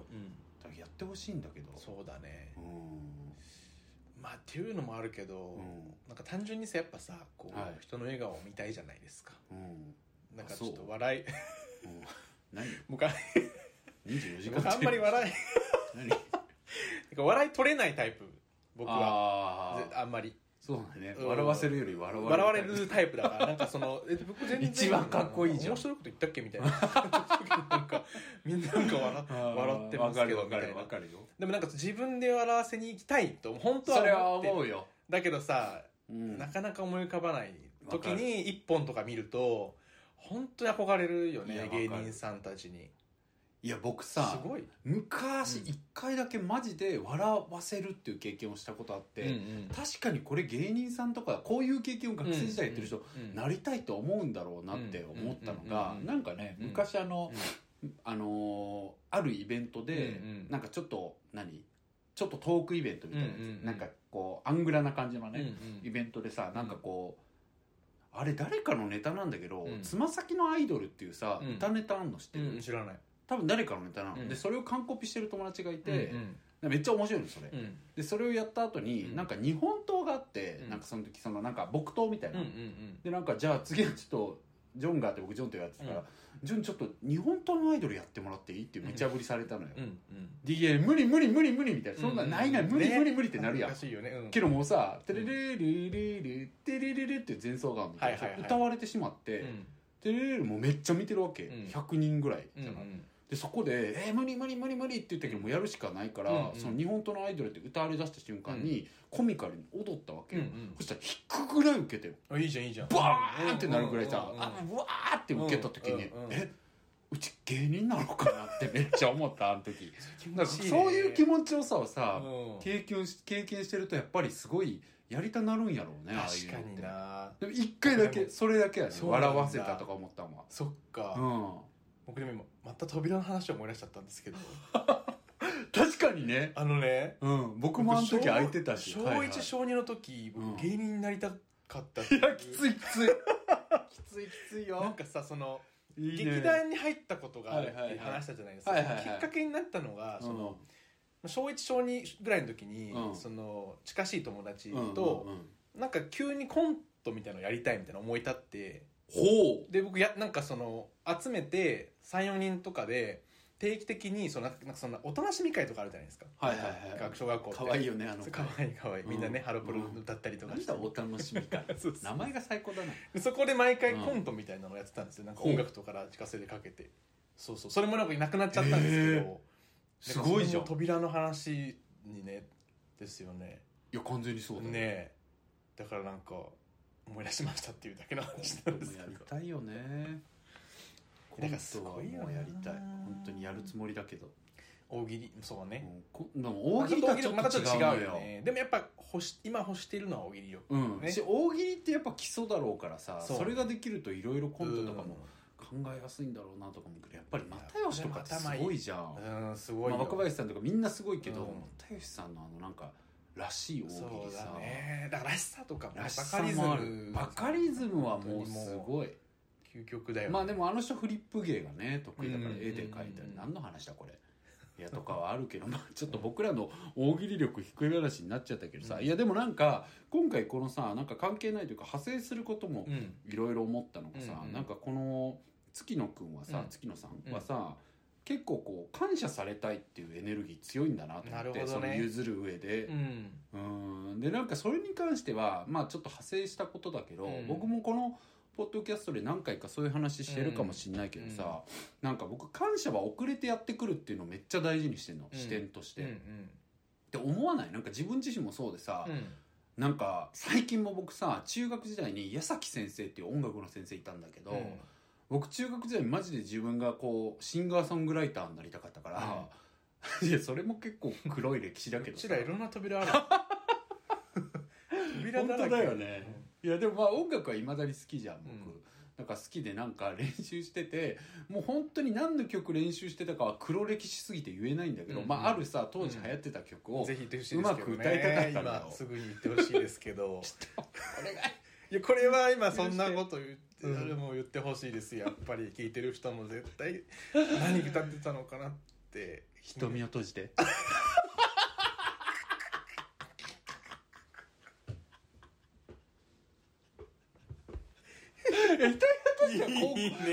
[SPEAKER 2] だからやってほしいんだけど
[SPEAKER 1] そうだね
[SPEAKER 2] う
[SPEAKER 1] まあっていうのもあるけど、
[SPEAKER 2] うん
[SPEAKER 1] なんか単純にさやっぱさこう、
[SPEAKER 2] はい
[SPEAKER 1] 人の笑顔を見たいじゃないですか
[SPEAKER 2] んうん
[SPEAKER 1] なん
[SPEAKER 2] あ
[SPEAKER 1] かち
[SPEAKER 2] そう
[SPEAKER 1] ょっと笑い
[SPEAKER 2] う ん何
[SPEAKER 1] 僕あ
[SPEAKER 2] 24時間
[SPEAKER 1] 僕あんまり笑
[SPEAKER 2] い 何
[SPEAKER 1] いなんか笑い取れないタイプ僕は
[SPEAKER 2] あ
[SPEAKER 1] ぜ
[SPEAKER 2] あ
[SPEAKER 1] あんまり
[SPEAKER 2] そうだね
[SPEAKER 1] うん
[SPEAKER 2] 笑わせるより笑われ
[SPEAKER 1] 笑われるタイプだからなんかそのえ僕全然
[SPEAKER 2] 一番かっこいいじゃん
[SPEAKER 1] 面白いこと言ったっけみたいな なんかみんななんか笑
[SPEAKER 2] あー
[SPEAKER 1] 笑ってますけど
[SPEAKER 2] わかるわか
[SPEAKER 1] みたい
[SPEAKER 2] る
[SPEAKER 1] な
[SPEAKER 2] わかるよ
[SPEAKER 1] でもなんか自分で笑わせに行きたいと本当
[SPEAKER 2] それは
[SPEAKER 1] は思って
[SPEAKER 2] 思うよ
[SPEAKER 1] だけどさ、
[SPEAKER 2] うん
[SPEAKER 1] なかなか思い浮かばない時
[SPEAKER 2] わか
[SPEAKER 1] に一本とか見ると本当に憧れるよ
[SPEAKER 2] いや
[SPEAKER 1] ね
[SPEAKER 2] わか
[SPEAKER 1] 芸
[SPEAKER 2] る
[SPEAKER 1] 人さんたちに
[SPEAKER 2] いや僕
[SPEAKER 1] す
[SPEAKER 2] さ
[SPEAKER 1] ごい
[SPEAKER 2] 昔
[SPEAKER 1] うん
[SPEAKER 2] 一回だけマジで笑わせるっていう経験をしたことあって、確かにこれ芸人さんとかこういう経験を学生時代やってる人、なりたいと思うんだろうなって思ったの
[SPEAKER 1] うんうんうん
[SPEAKER 2] が
[SPEAKER 1] うん
[SPEAKER 2] なんかね
[SPEAKER 1] うん
[SPEAKER 2] 昔あの、あのーあるイベントで
[SPEAKER 1] うんうん
[SPEAKER 2] なんかちょっと何ちょっとトークイベントみたいなやつ
[SPEAKER 1] うんうんうん
[SPEAKER 2] なんかこうアングラな感じの
[SPEAKER 1] うんうん
[SPEAKER 2] ねイベントでさなんかこうあれ誰かのネタなんだけど
[SPEAKER 1] うん
[SPEAKER 2] つま先のアイドルっていうさ
[SPEAKER 1] うん
[SPEAKER 2] 歌ネタあんの知って
[SPEAKER 1] うん
[SPEAKER 2] る
[SPEAKER 1] 知らない
[SPEAKER 2] 多分誰かのネタな
[SPEAKER 1] うん
[SPEAKER 2] のでそれを完コピしてる友達がいて
[SPEAKER 1] うん
[SPEAKER 2] めっちゃ面白いのそれ
[SPEAKER 1] うんうん
[SPEAKER 2] でそれをやった後
[SPEAKER 1] うん
[SPEAKER 2] になんか日本刀があって
[SPEAKER 1] うん
[SPEAKER 2] なんかその時そのなんか木刀みたい
[SPEAKER 1] うんう
[SPEAKER 2] なん
[SPEAKER 1] うん
[SPEAKER 2] でなんかじゃあ次はちょっとジョンがあって僕ジョンとやってたから、
[SPEAKER 1] うん
[SPEAKER 2] ジョンちょっと日本刀のアイドルやってもらっていいって無茶ぶりされたのよ、
[SPEAKER 1] うんうん
[SPEAKER 2] でいや無理無理無理無理みたいなそんな、
[SPEAKER 1] うん
[SPEAKER 2] ないない無理
[SPEAKER 1] ね
[SPEAKER 2] 無理無理ってなるやん、
[SPEAKER 1] 難しいよねうん
[SPEAKER 2] けどもうさ「テレレレレレテレレレ」っていう前奏があるんだけど
[SPEAKER 1] はいはいはい
[SPEAKER 2] 歌われてしまって「
[SPEAKER 1] うん
[SPEAKER 2] テレレレ」もうめっちゃ見てるわけ、
[SPEAKER 1] うん
[SPEAKER 2] 100人ぐらい
[SPEAKER 1] うん
[SPEAKER 2] じゃない、
[SPEAKER 1] うん
[SPEAKER 2] でそこで「えー無理無理無理無理」って言ったけどもうやるしかないから、
[SPEAKER 1] うんうん
[SPEAKER 2] その日本刀のアイドルって歌われ出した瞬間に、コミカルに踊ったわけよ、
[SPEAKER 1] うんうん
[SPEAKER 2] そしたら引くぐらい受けてよ
[SPEAKER 1] あいいじゃんいいじゃん
[SPEAKER 2] バーンってなるぐらいさ
[SPEAKER 1] うんうん
[SPEAKER 2] あ
[SPEAKER 1] うん
[SPEAKER 2] うわーって受けた時に
[SPEAKER 1] うんうん
[SPEAKER 2] えうち芸人なのかなってめっちゃ思ったあの 時
[SPEAKER 1] 気
[SPEAKER 2] な
[SPEAKER 1] 持
[SPEAKER 2] んか
[SPEAKER 1] ちいいね
[SPEAKER 2] そういう気持ちよさをさ
[SPEAKER 1] うん
[SPEAKER 2] 経験し経験してるとやっぱりすごいやりたなるんやろうねああい
[SPEAKER 1] 確
[SPEAKER 2] う
[SPEAKER 1] か
[SPEAKER 2] のっ
[SPEAKER 1] に
[SPEAKER 2] て
[SPEAKER 1] な
[SPEAKER 2] でも一回だ
[SPEAKER 1] で
[SPEAKER 2] け
[SPEAKER 1] も
[SPEAKER 2] それだけやね
[SPEAKER 1] そうなんだ
[SPEAKER 2] 笑わせたとか思ったも
[SPEAKER 1] そっか、
[SPEAKER 2] ん
[SPEAKER 1] 僕でも今また扉の話を思い出しちゃったんですけど
[SPEAKER 2] うん確かにね
[SPEAKER 1] あのね
[SPEAKER 2] うん僕もあの時空いてたし
[SPEAKER 1] 小
[SPEAKER 2] はい
[SPEAKER 1] 小
[SPEAKER 2] はい
[SPEAKER 1] 一小二の時、僕
[SPEAKER 2] うん
[SPEAKER 1] 芸人になりたかったって
[SPEAKER 2] いやきついきついきついきつい
[SPEAKER 1] なん
[SPEAKER 2] よ
[SPEAKER 1] かさその
[SPEAKER 2] いいね
[SPEAKER 1] 劇団に入ったことがあるって
[SPEAKER 2] はいはい
[SPEAKER 1] いう
[SPEAKER 2] はい
[SPEAKER 1] 話したじゃないですか、
[SPEAKER 2] はいはいはい
[SPEAKER 1] きっかけになったのが、その小1小2ぐらいの時に、
[SPEAKER 2] うん
[SPEAKER 1] その近しい友達
[SPEAKER 2] う
[SPEAKER 1] と、
[SPEAKER 2] んうんうんうん
[SPEAKER 1] なんか急にコントみたいなのやりたいみたいな思い立って
[SPEAKER 2] ほ
[SPEAKER 1] で僕やなんかその集めて34人とかで定期的にそのなんかなんかそんなおとなしみ会とかあるじゃないですか、
[SPEAKER 2] はいはいはい
[SPEAKER 1] 学小学校
[SPEAKER 2] う
[SPEAKER 1] って
[SPEAKER 2] かわいいよねあの
[SPEAKER 1] そうかわいいかわいいみんなね、
[SPEAKER 2] うん
[SPEAKER 1] ハロプロ歌ったりとか
[SPEAKER 2] なん
[SPEAKER 1] して
[SPEAKER 2] だお楽しみか
[SPEAKER 1] そうそう
[SPEAKER 2] 名前が最高だな
[SPEAKER 1] でそこで毎回コントみたいなのをやってたんですよなんか音楽とかラジカセでかけてそうそうそれもなんかなくなっちゃったんですけ
[SPEAKER 2] へ
[SPEAKER 1] ど
[SPEAKER 2] すごいじゃん
[SPEAKER 1] なんかそれも扉の話にねですよね
[SPEAKER 2] いや完全にそうだよ
[SPEAKER 1] ねえだからなんか思い出しましたっていうだけの話なんですけ
[SPEAKER 2] や
[SPEAKER 1] ど
[SPEAKER 2] りたいよね
[SPEAKER 1] だからすごいよ
[SPEAKER 2] コントはも
[SPEAKER 1] な
[SPEAKER 2] うやりたい本当にやるつもりだけど
[SPEAKER 1] 大喜利そうね
[SPEAKER 2] もうこでも大喜利とはちょ
[SPEAKER 1] また
[SPEAKER 2] っと違うのよ、
[SPEAKER 1] ねでもやっぱ欲し今欲してるのは大喜利よ
[SPEAKER 2] うん
[SPEAKER 1] ね
[SPEAKER 2] し大喜利ってやっぱ基礎だろうからさ
[SPEAKER 1] そ
[SPEAKER 2] そうれができるといろいろコントとかも
[SPEAKER 1] う
[SPEAKER 2] 考えやすいんだろうなとか思うけどやっぱり又吉とかってすごいじゃん、
[SPEAKER 1] んうんすご
[SPEAKER 2] ま
[SPEAKER 1] い
[SPEAKER 2] あ、
[SPEAKER 1] よ
[SPEAKER 2] 若林さんとかみんなすごいけど、
[SPEAKER 1] うん
[SPEAKER 2] 又吉さんのあのなんからしい大喜
[SPEAKER 1] そう
[SPEAKER 2] 利さ
[SPEAKER 1] だねだかららしさとかも
[SPEAKER 2] らし
[SPEAKER 1] バ
[SPEAKER 2] さ
[SPEAKER 1] カリズ
[SPEAKER 2] もある
[SPEAKER 1] ム
[SPEAKER 2] バカリズムはもうすごい
[SPEAKER 1] 究極だよね
[SPEAKER 2] まあでもあの人フリップ芸がね得意だから
[SPEAKER 1] うん
[SPEAKER 2] 絵で描いた
[SPEAKER 1] う
[SPEAKER 2] り
[SPEAKER 1] ん
[SPEAKER 2] 何の話だこれいやとかはあるけどまあちょっと僕らの大喜利力低い話になっちゃったけどさ、
[SPEAKER 1] うん
[SPEAKER 2] いやでもなんか今回このさなんか関係ないというか派生することも
[SPEAKER 1] うん
[SPEAKER 2] いろいろ思ったのがさ、
[SPEAKER 1] うんうん
[SPEAKER 2] なんかこの月野くんはさ、
[SPEAKER 1] うん
[SPEAKER 2] 月野さんはさ、結構こう感謝されたいっていうエネルギー強いんだなと思
[SPEAKER 1] なる
[SPEAKER 2] っ
[SPEAKER 1] ほ
[SPEAKER 2] て、
[SPEAKER 1] どね
[SPEAKER 2] その譲る上で
[SPEAKER 1] う、ん
[SPEAKER 2] うんでなんかそれに関してはまあちょっと派生したことだけど、
[SPEAKER 1] うん
[SPEAKER 2] 僕もこのポッドキャストで何回かそういう話してるかもしんないけどさ、なんか僕感謝は遅れてやってくるっていうのをめっちゃ大事にしてんの、
[SPEAKER 1] うん
[SPEAKER 2] 視点として、
[SPEAKER 1] うん
[SPEAKER 2] っ、て思わないなんか自分自身もそうでさ、
[SPEAKER 1] うん
[SPEAKER 2] なんか最近も僕さ中学時代に矢崎先生っていう音楽の先生いたんだけど、
[SPEAKER 1] うん
[SPEAKER 2] 僕中学時代マジで自分がこうシンガーソングライターになりたかったから、 いやそれも結構黒い歴史だけ
[SPEAKER 1] う
[SPEAKER 2] ど
[SPEAKER 1] ち
[SPEAKER 2] さ
[SPEAKER 1] らいろんな扉あ る扉
[SPEAKER 2] 本
[SPEAKER 1] だら
[SPEAKER 2] 当
[SPEAKER 1] け
[SPEAKER 2] だよね、いやでもまあ音楽はいまだに好きじゃん僕、
[SPEAKER 1] うん
[SPEAKER 2] なんか好きでなんか練習しててもう本当に何の曲練習してたかは黒歴史すぎて言えないんだけど、
[SPEAKER 1] うん
[SPEAKER 2] まあ、あるさ当時流行ってた曲を、
[SPEAKER 1] ぜひ言ってほしいですけどね
[SPEAKER 2] うまく歌いたかったんだよ
[SPEAKER 1] 今すぐに言ってほしいです けど
[SPEAKER 2] お願い
[SPEAKER 1] いやこれは今そんなこと言っ
[SPEAKER 2] う
[SPEAKER 1] て、
[SPEAKER 2] ん
[SPEAKER 1] でも言ってほしいですよやっぱり聞いてる人も絶対何歌ってたのかなって
[SPEAKER 2] 瞳を閉じ てえ瞳を閉じてはい
[SPEAKER 1] いね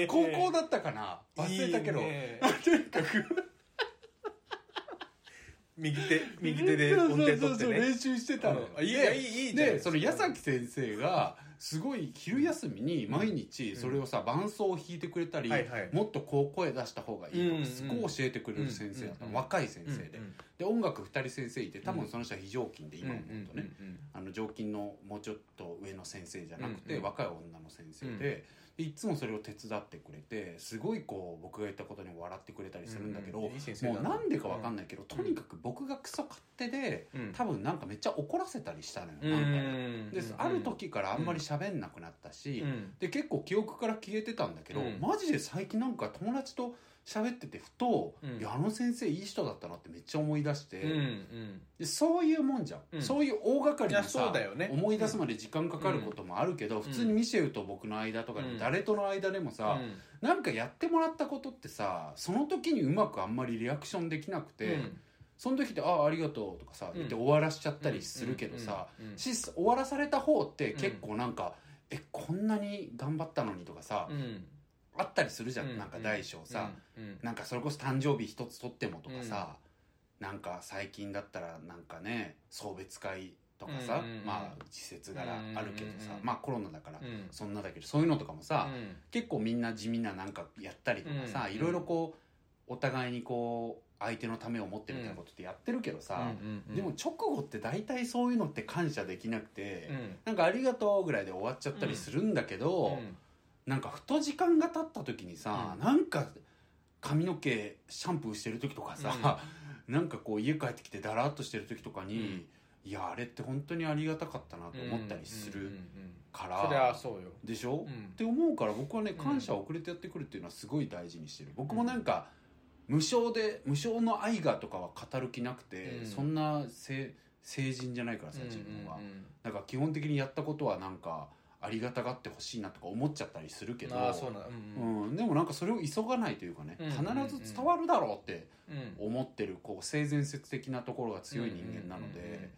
[SPEAKER 2] 高校高校だったかな忘れたけど
[SPEAKER 1] いいね
[SPEAKER 2] とにかく
[SPEAKER 1] 右手右手で音
[SPEAKER 2] そう
[SPEAKER 1] 程取
[SPEAKER 2] そう
[SPEAKER 1] っ
[SPEAKER 2] そ
[SPEAKER 1] て
[SPEAKER 2] う
[SPEAKER 1] ね
[SPEAKER 2] 練習してたのよ
[SPEAKER 1] うんいやいいいいじゃん
[SPEAKER 2] でその矢崎先生がすごい昼休みに毎日それをさ伴奏を弾いてくれたり
[SPEAKER 1] はいはい
[SPEAKER 2] もっとこう声出した方がいいと
[SPEAKER 1] うんう
[SPEAKER 2] か
[SPEAKER 1] ん
[SPEAKER 2] すごい教えてくれる先生だった
[SPEAKER 1] う
[SPEAKER 2] の
[SPEAKER 1] んうん
[SPEAKER 2] 若い先生で
[SPEAKER 1] うん
[SPEAKER 2] で音楽2人先生いて多分その人は非常勤で
[SPEAKER 1] うん
[SPEAKER 2] 今思うとねあの常勤のもうちょっと上の先生じゃなく
[SPEAKER 1] うん
[SPEAKER 2] て
[SPEAKER 1] うん
[SPEAKER 2] 若い女の先生ででいつもそれを手伝ってくれてすごいこう僕が言ったことに笑ってくれたりするんだけど
[SPEAKER 1] うんう
[SPEAKER 2] も
[SPEAKER 1] んいい先生だな
[SPEAKER 2] うなんでかわかんないけどとにかく僕がクソ勝手で。
[SPEAKER 1] うん
[SPEAKER 2] 多分なんかめっちゃ怒らせたりしたのよ
[SPEAKER 1] うん
[SPEAKER 2] なんかね
[SPEAKER 1] うん
[SPEAKER 2] である時からあんまり喋んなくなったし、
[SPEAKER 1] うん
[SPEAKER 2] で結構記憶から消えてたんだけど、
[SPEAKER 1] うん
[SPEAKER 2] マジで最近なんか友達と喋っててふと、
[SPEAKER 1] うん
[SPEAKER 2] いやあの先生いい人だったなってめっちゃ思い出して、
[SPEAKER 1] うんうん
[SPEAKER 2] でそういうもんじゃん、
[SPEAKER 1] うん
[SPEAKER 2] そういう大掛かりない
[SPEAKER 1] や
[SPEAKER 2] さ
[SPEAKER 1] そうだよね
[SPEAKER 2] 思い出すまで時間かかることもあるけど、普通にミシェルと僕の間とかでも、
[SPEAKER 1] うん
[SPEAKER 2] 誰との間でもさ、なんかやってもらったことってさその時にうまくあんまりリアクションできなくて。
[SPEAKER 1] うん
[SPEAKER 2] その時って「ああありがとう」とかさ言って終わらしちゃったりするけどさ、
[SPEAKER 1] うんうんうん
[SPEAKER 2] し終わらされた方って結構なんか「えこんなに頑張ったのに」とかさ、
[SPEAKER 1] うん
[SPEAKER 2] あったりするじゃん、
[SPEAKER 1] う
[SPEAKER 2] なんか大小さ、
[SPEAKER 1] うんうん
[SPEAKER 2] なんかそれこそ誕生日一つ取ってもとかさ、なんか最近だったらなんかね送別会とかさ、
[SPEAKER 1] うんうんうん
[SPEAKER 2] まあ時節柄あるけどさ、
[SPEAKER 1] うんうんうん
[SPEAKER 2] まあコロナだから、
[SPEAKER 1] うん
[SPEAKER 2] そんなだけどそういうのとかもさ、
[SPEAKER 1] うん
[SPEAKER 2] 結構みんな地味ななんかやったりとかさ、
[SPEAKER 1] うん
[SPEAKER 2] いろいろこうお互いにこう相手のためを持ってみたいなことってやってるけどさ、
[SPEAKER 1] うんうん
[SPEAKER 2] でも直後って大体そういうのって感謝できなくて、
[SPEAKER 1] うん
[SPEAKER 2] なんか「ありがとう」ぐらいで終わっちゃったりするんだけど、
[SPEAKER 1] うん
[SPEAKER 2] なんかふと時間が経った時にさ、
[SPEAKER 1] うん
[SPEAKER 2] なんか髪の毛シャンプーしてる時とかさ、 なんかこう家帰ってきてだらっとしてる時とかに、いやあれって本当にありがたかったなと思ったりす
[SPEAKER 1] うんうん
[SPEAKER 2] る
[SPEAKER 1] うん
[SPEAKER 2] か
[SPEAKER 1] そりゃ
[SPEAKER 2] ら、
[SPEAKER 1] そうよ
[SPEAKER 2] でしょ、
[SPEAKER 1] うん
[SPEAKER 2] って思うから僕はね
[SPEAKER 1] うん
[SPEAKER 2] 感謝を遅れてやってくるっていうのはすごい大事にしてる僕もなんか無償で無償の愛がとかは語る気なくて、
[SPEAKER 1] うん
[SPEAKER 2] そんなせ成人じゃないからさ自分は、
[SPEAKER 1] うんうんうん
[SPEAKER 2] なんか基本的にやったことはなんかありがたがってほしいなとか思っちゃったりするけど
[SPEAKER 1] ああそうなんだうん
[SPEAKER 2] うん、でもなんかそれを急がないというかね、
[SPEAKER 1] うん
[SPEAKER 2] 必ず伝わるだろうって
[SPEAKER 1] うん
[SPEAKER 2] 思ってるこう性善説的なところが強い人間なので、
[SPEAKER 1] うんうんうんうん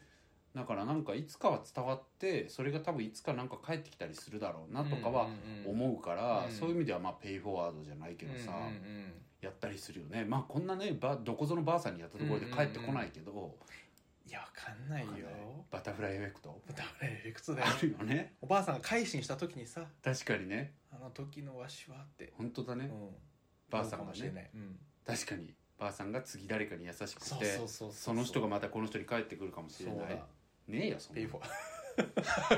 [SPEAKER 2] だからなんかいつかは伝わってそれが多分いつかなんか返ってきたりするだろうなとかは思うから、
[SPEAKER 1] うん
[SPEAKER 2] そういう意味ではまあペイフォワードじゃないけどさ、
[SPEAKER 1] うんうんうん
[SPEAKER 2] やったりするよねまあこんなねばどこぞのばあさんにやったところで返ってこないけど、
[SPEAKER 1] いやわかんないよ
[SPEAKER 2] わかんないバタフライエフェクト
[SPEAKER 1] 誰いくつだよ
[SPEAKER 2] あるよね
[SPEAKER 1] おばあさんが改心した時にさ
[SPEAKER 2] 確かにね
[SPEAKER 1] あの時のわしはって
[SPEAKER 2] 本当だ
[SPEAKER 1] う
[SPEAKER 2] ね、
[SPEAKER 1] ん
[SPEAKER 2] ばあさん
[SPEAKER 1] 思
[SPEAKER 2] が
[SPEAKER 1] うかもしれ
[SPEAKER 2] ね
[SPEAKER 1] ないうん
[SPEAKER 2] 確かにばあさんが次誰かに優しくし
[SPEAKER 1] そう
[SPEAKER 2] て
[SPEAKER 1] そうそう
[SPEAKER 2] その人が
[SPEAKER 1] も
[SPEAKER 2] またこの人に帰ってくるかもし
[SPEAKER 1] そ
[SPEAKER 2] れ
[SPEAKER 1] う
[SPEAKER 2] ない
[SPEAKER 1] だ
[SPEAKER 2] ねえよそんな
[SPEAKER 1] ペイ
[SPEAKER 2] の
[SPEAKER 1] フォ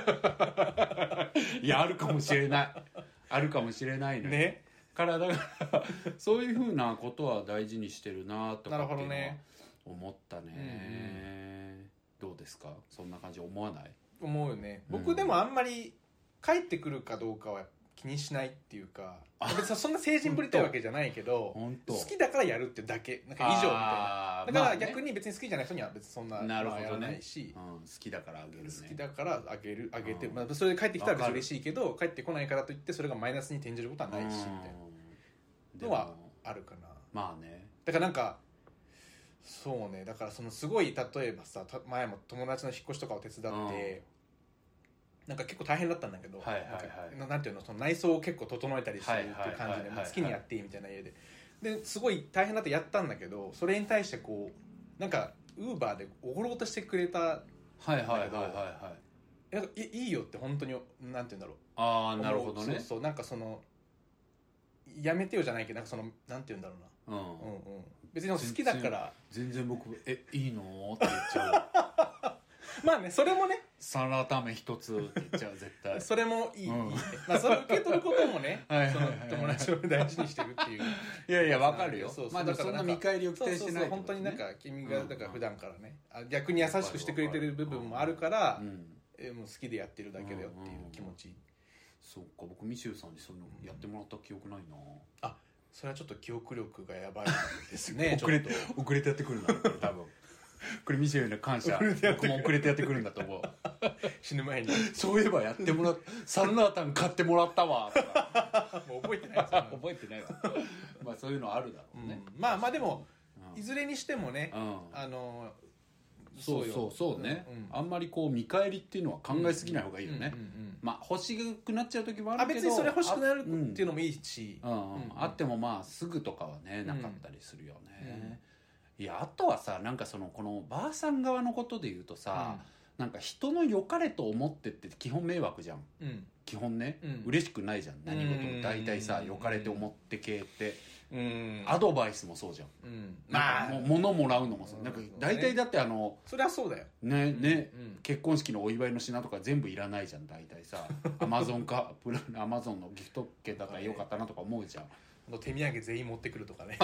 [SPEAKER 2] いやあるかもしれないあるかもしれないのよ
[SPEAKER 1] ね
[SPEAKER 2] からだからそういうふうなことは大事にしてるなと
[SPEAKER 1] な
[SPEAKER 2] か
[SPEAKER 1] る
[SPEAKER 2] っていうの
[SPEAKER 1] ほ
[SPEAKER 2] は
[SPEAKER 1] どね
[SPEAKER 2] 思ったねどうですかそんな感じ思わない
[SPEAKER 1] 思うよね
[SPEAKER 2] うん
[SPEAKER 1] 僕でもあんまり帰ってくるかどうかは気にしないっていうか
[SPEAKER 2] あ
[SPEAKER 1] 別にそんな成人ぶりってわけじゃないけど
[SPEAKER 2] 本当
[SPEAKER 1] 好きだからやるっていうだけなんか以上みたいな
[SPEAKER 2] な
[SPEAKER 1] だから逆に別に好きじゃない人には別にそんな
[SPEAKER 2] なるほどね
[SPEAKER 1] まあやらないし
[SPEAKER 2] うん、好きだからあげるね
[SPEAKER 1] 好きだからあげるあげて、
[SPEAKER 2] うん
[SPEAKER 1] まあ、それで帰ってきたら別
[SPEAKER 2] わ
[SPEAKER 1] に
[SPEAKER 2] かる
[SPEAKER 1] 嬉しいけど帰ってこないからといってそれがマイナスに転じることはないしみたいな
[SPEAKER 2] うん
[SPEAKER 1] のは
[SPEAKER 2] でも
[SPEAKER 1] あるかな
[SPEAKER 2] まあね
[SPEAKER 1] だからなんかそうねだからそのすごい例えばさた前も友達の引っ越しとかを手伝って、なんか結構大変だったんだけど、
[SPEAKER 2] はいはいはい
[SPEAKER 1] なんかななんていうのその内装を結構整えたりしてるっていう感じで、
[SPEAKER 2] はいはいはいはい
[SPEAKER 1] まあ、好きにやっていいみたいな家でですごい大変だってやったんだけどそれに対してこうなんかウーバーでおごろうとしてくれた
[SPEAKER 2] はいはいはい
[SPEAKER 1] だ
[SPEAKER 2] はい
[SPEAKER 1] けど
[SPEAKER 2] はい
[SPEAKER 1] なんかいいいよって本当になんていうんだろう
[SPEAKER 2] ああなるほど
[SPEAKER 1] そう
[SPEAKER 2] ね
[SPEAKER 1] そうなんかそのやめてよじゃないけどなんかそのなんて言うんだろう
[SPEAKER 2] うん
[SPEAKER 1] な、うんうん、別にでも好きだから
[SPEAKER 2] 全然僕「えいいの?」って言っちゃう
[SPEAKER 1] まあねそれもね
[SPEAKER 2] サラダ麺一つって言っちゃう絶対
[SPEAKER 1] それもいい、
[SPEAKER 2] うん
[SPEAKER 1] いいねまあそれを受け取ることもね
[SPEAKER 2] はいはい
[SPEAKER 1] そ
[SPEAKER 2] はい
[SPEAKER 1] の
[SPEAKER 2] はい
[SPEAKER 1] 友達を大事にしてるっていう
[SPEAKER 2] いやいやわかるよ
[SPEAKER 1] そうそう
[SPEAKER 2] まあでもそんな見返りを期
[SPEAKER 1] そう
[SPEAKER 2] 待し
[SPEAKER 1] そ
[SPEAKER 2] て
[SPEAKER 1] う
[SPEAKER 2] ない
[SPEAKER 1] そ
[SPEAKER 2] ってこ
[SPEAKER 1] う本
[SPEAKER 2] と
[SPEAKER 1] 当になんか君が
[SPEAKER 2] うん
[SPEAKER 1] だから普段からねあ逆に優しくしてくれてる部分もあるか
[SPEAKER 2] う
[SPEAKER 1] ら、
[SPEAKER 2] ん
[SPEAKER 1] えもう好きでやってるだけだよっていう気持ち、
[SPEAKER 2] そっか僕ミシューさんにそういうのやってもらった記憶ないな
[SPEAKER 1] それはちょっと記憶力がやばいですね
[SPEAKER 2] 遅れ
[SPEAKER 1] ちょっと
[SPEAKER 2] 遅れてやってくるんだこれ多 分これミシューへの感謝
[SPEAKER 1] 遅れてやってく
[SPEAKER 2] 僕
[SPEAKER 1] る
[SPEAKER 2] も遅れてやってくるんだと 思う
[SPEAKER 1] 死ぬ前に
[SPEAKER 2] そういえばやってもらっ サラダタン買ってもらった わとか
[SPEAKER 1] もう覚えてないですよ
[SPEAKER 2] 覚えてないわまあそういうのあるだろ うね
[SPEAKER 1] うんまあまあでも
[SPEAKER 2] うん
[SPEAKER 1] いずれにしてもね、
[SPEAKER 2] うん
[SPEAKER 1] あの
[SPEAKER 2] そうそうそうね、
[SPEAKER 1] うん
[SPEAKER 2] あんまりこう見返りっていうのは考えすぎない方がいいよね、
[SPEAKER 1] うんうんうん
[SPEAKER 2] まあ欲しくなっちゃう時もあ
[SPEAKER 1] あ
[SPEAKER 2] るけど
[SPEAKER 1] 別にそれ欲しくなる
[SPEAKER 2] あうん
[SPEAKER 1] っていうのもいいし、
[SPEAKER 2] うんうん
[SPEAKER 1] うん
[SPEAKER 2] あってもまあすぐとかはねなかったりするよね、いやあとはさなんかそのこのばあさん側のことで言うとさ、なんか人の良かれと思ってって基本迷惑じゃん
[SPEAKER 1] うんうん
[SPEAKER 2] 基本ね、
[SPEAKER 1] うん
[SPEAKER 2] 嬉しくないじゃん何事
[SPEAKER 1] うん
[SPEAKER 2] も大体さ良かれと思って系って
[SPEAKER 1] うん
[SPEAKER 2] アドバイスもそうじゃん
[SPEAKER 1] うん
[SPEAKER 2] まあもう物もらうのもそううんなんか大体だってあの
[SPEAKER 1] それはそうだよ
[SPEAKER 2] ねね、
[SPEAKER 1] うん
[SPEAKER 2] 結婚式のお祝いの品とか全部いらないじゃん大体 さアマゾンかプラアマゾンのギフト券だったらよかったなとか思うじゃん
[SPEAKER 1] あと手土産全員持ってくるとかね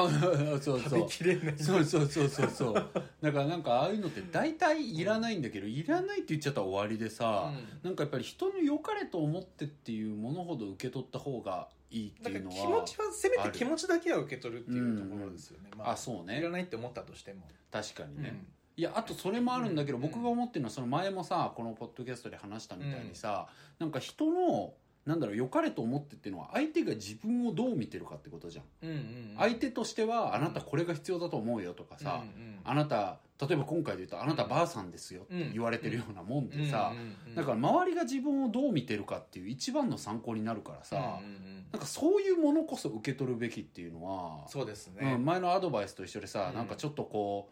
[SPEAKER 2] そう
[SPEAKER 1] 食べきれない
[SPEAKER 2] そうそうそうそうそうだからなんかああいうのって大体いらないんだけど、いらないって言っちゃったら終わりでさ、
[SPEAKER 1] うん
[SPEAKER 2] なんかやっぱり人の良かれと思ってっていうものほど受け取った方がいいって
[SPEAKER 1] だ
[SPEAKER 2] い
[SPEAKER 1] か
[SPEAKER 2] う
[SPEAKER 1] ら
[SPEAKER 2] のは
[SPEAKER 1] 気持ちはせめ
[SPEAKER 2] あ
[SPEAKER 1] て
[SPEAKER 2] る
[SPEAKER 1] 気持ちだけは受け取るっていうところですよね、ま
[SPEAKER 2] あそう
[SPEAKER 1] いら
[SPEAKER 2] ね
[SPEAKER 1] ないって思ったとしても、
[SPEAKER 2] 確かにね、
[SPEAKER 1] うん
[SPEAKER 2] いやあとそれもあるんだけど、
[SPEAKER 1] うん
[SPEAKER 2] 僕が思ってるのはその前もさこのポッドキャストで話したみたいにさ、なんか人のなんだろう良かれと思ってっていうのは相手が自分をどう見てるかってことじゃん、
[SPEAKER 1] うんうん
[SPEAKER 2] 相手としてはあなたこれが必要だと思うよとかさ、
[SPEAKER 1] うん
[SPEAKER 2] あなた例えば今回で言うとあなたばあさんですよって言われてるようなもん
[SPEAKER 1] うん
[SPEAKER 2] でさ、
[SPEAKER 1] うんうんうん
[SPEAKER 2] だから周りが自分をどう見てるかっていう一番の参考になるからさ、
[SPEAKER 1] うんうんうん
[SPEAKER 2] なんかそういうものこそ受け取るべきっていうのは
[SPEAKER 1] そうですね、
[SPEAKER 2] うん、前のアドバイスと一緒でさ、
[SPEAKER 1] うん
[SPEAKER 2] なんかちょっとこう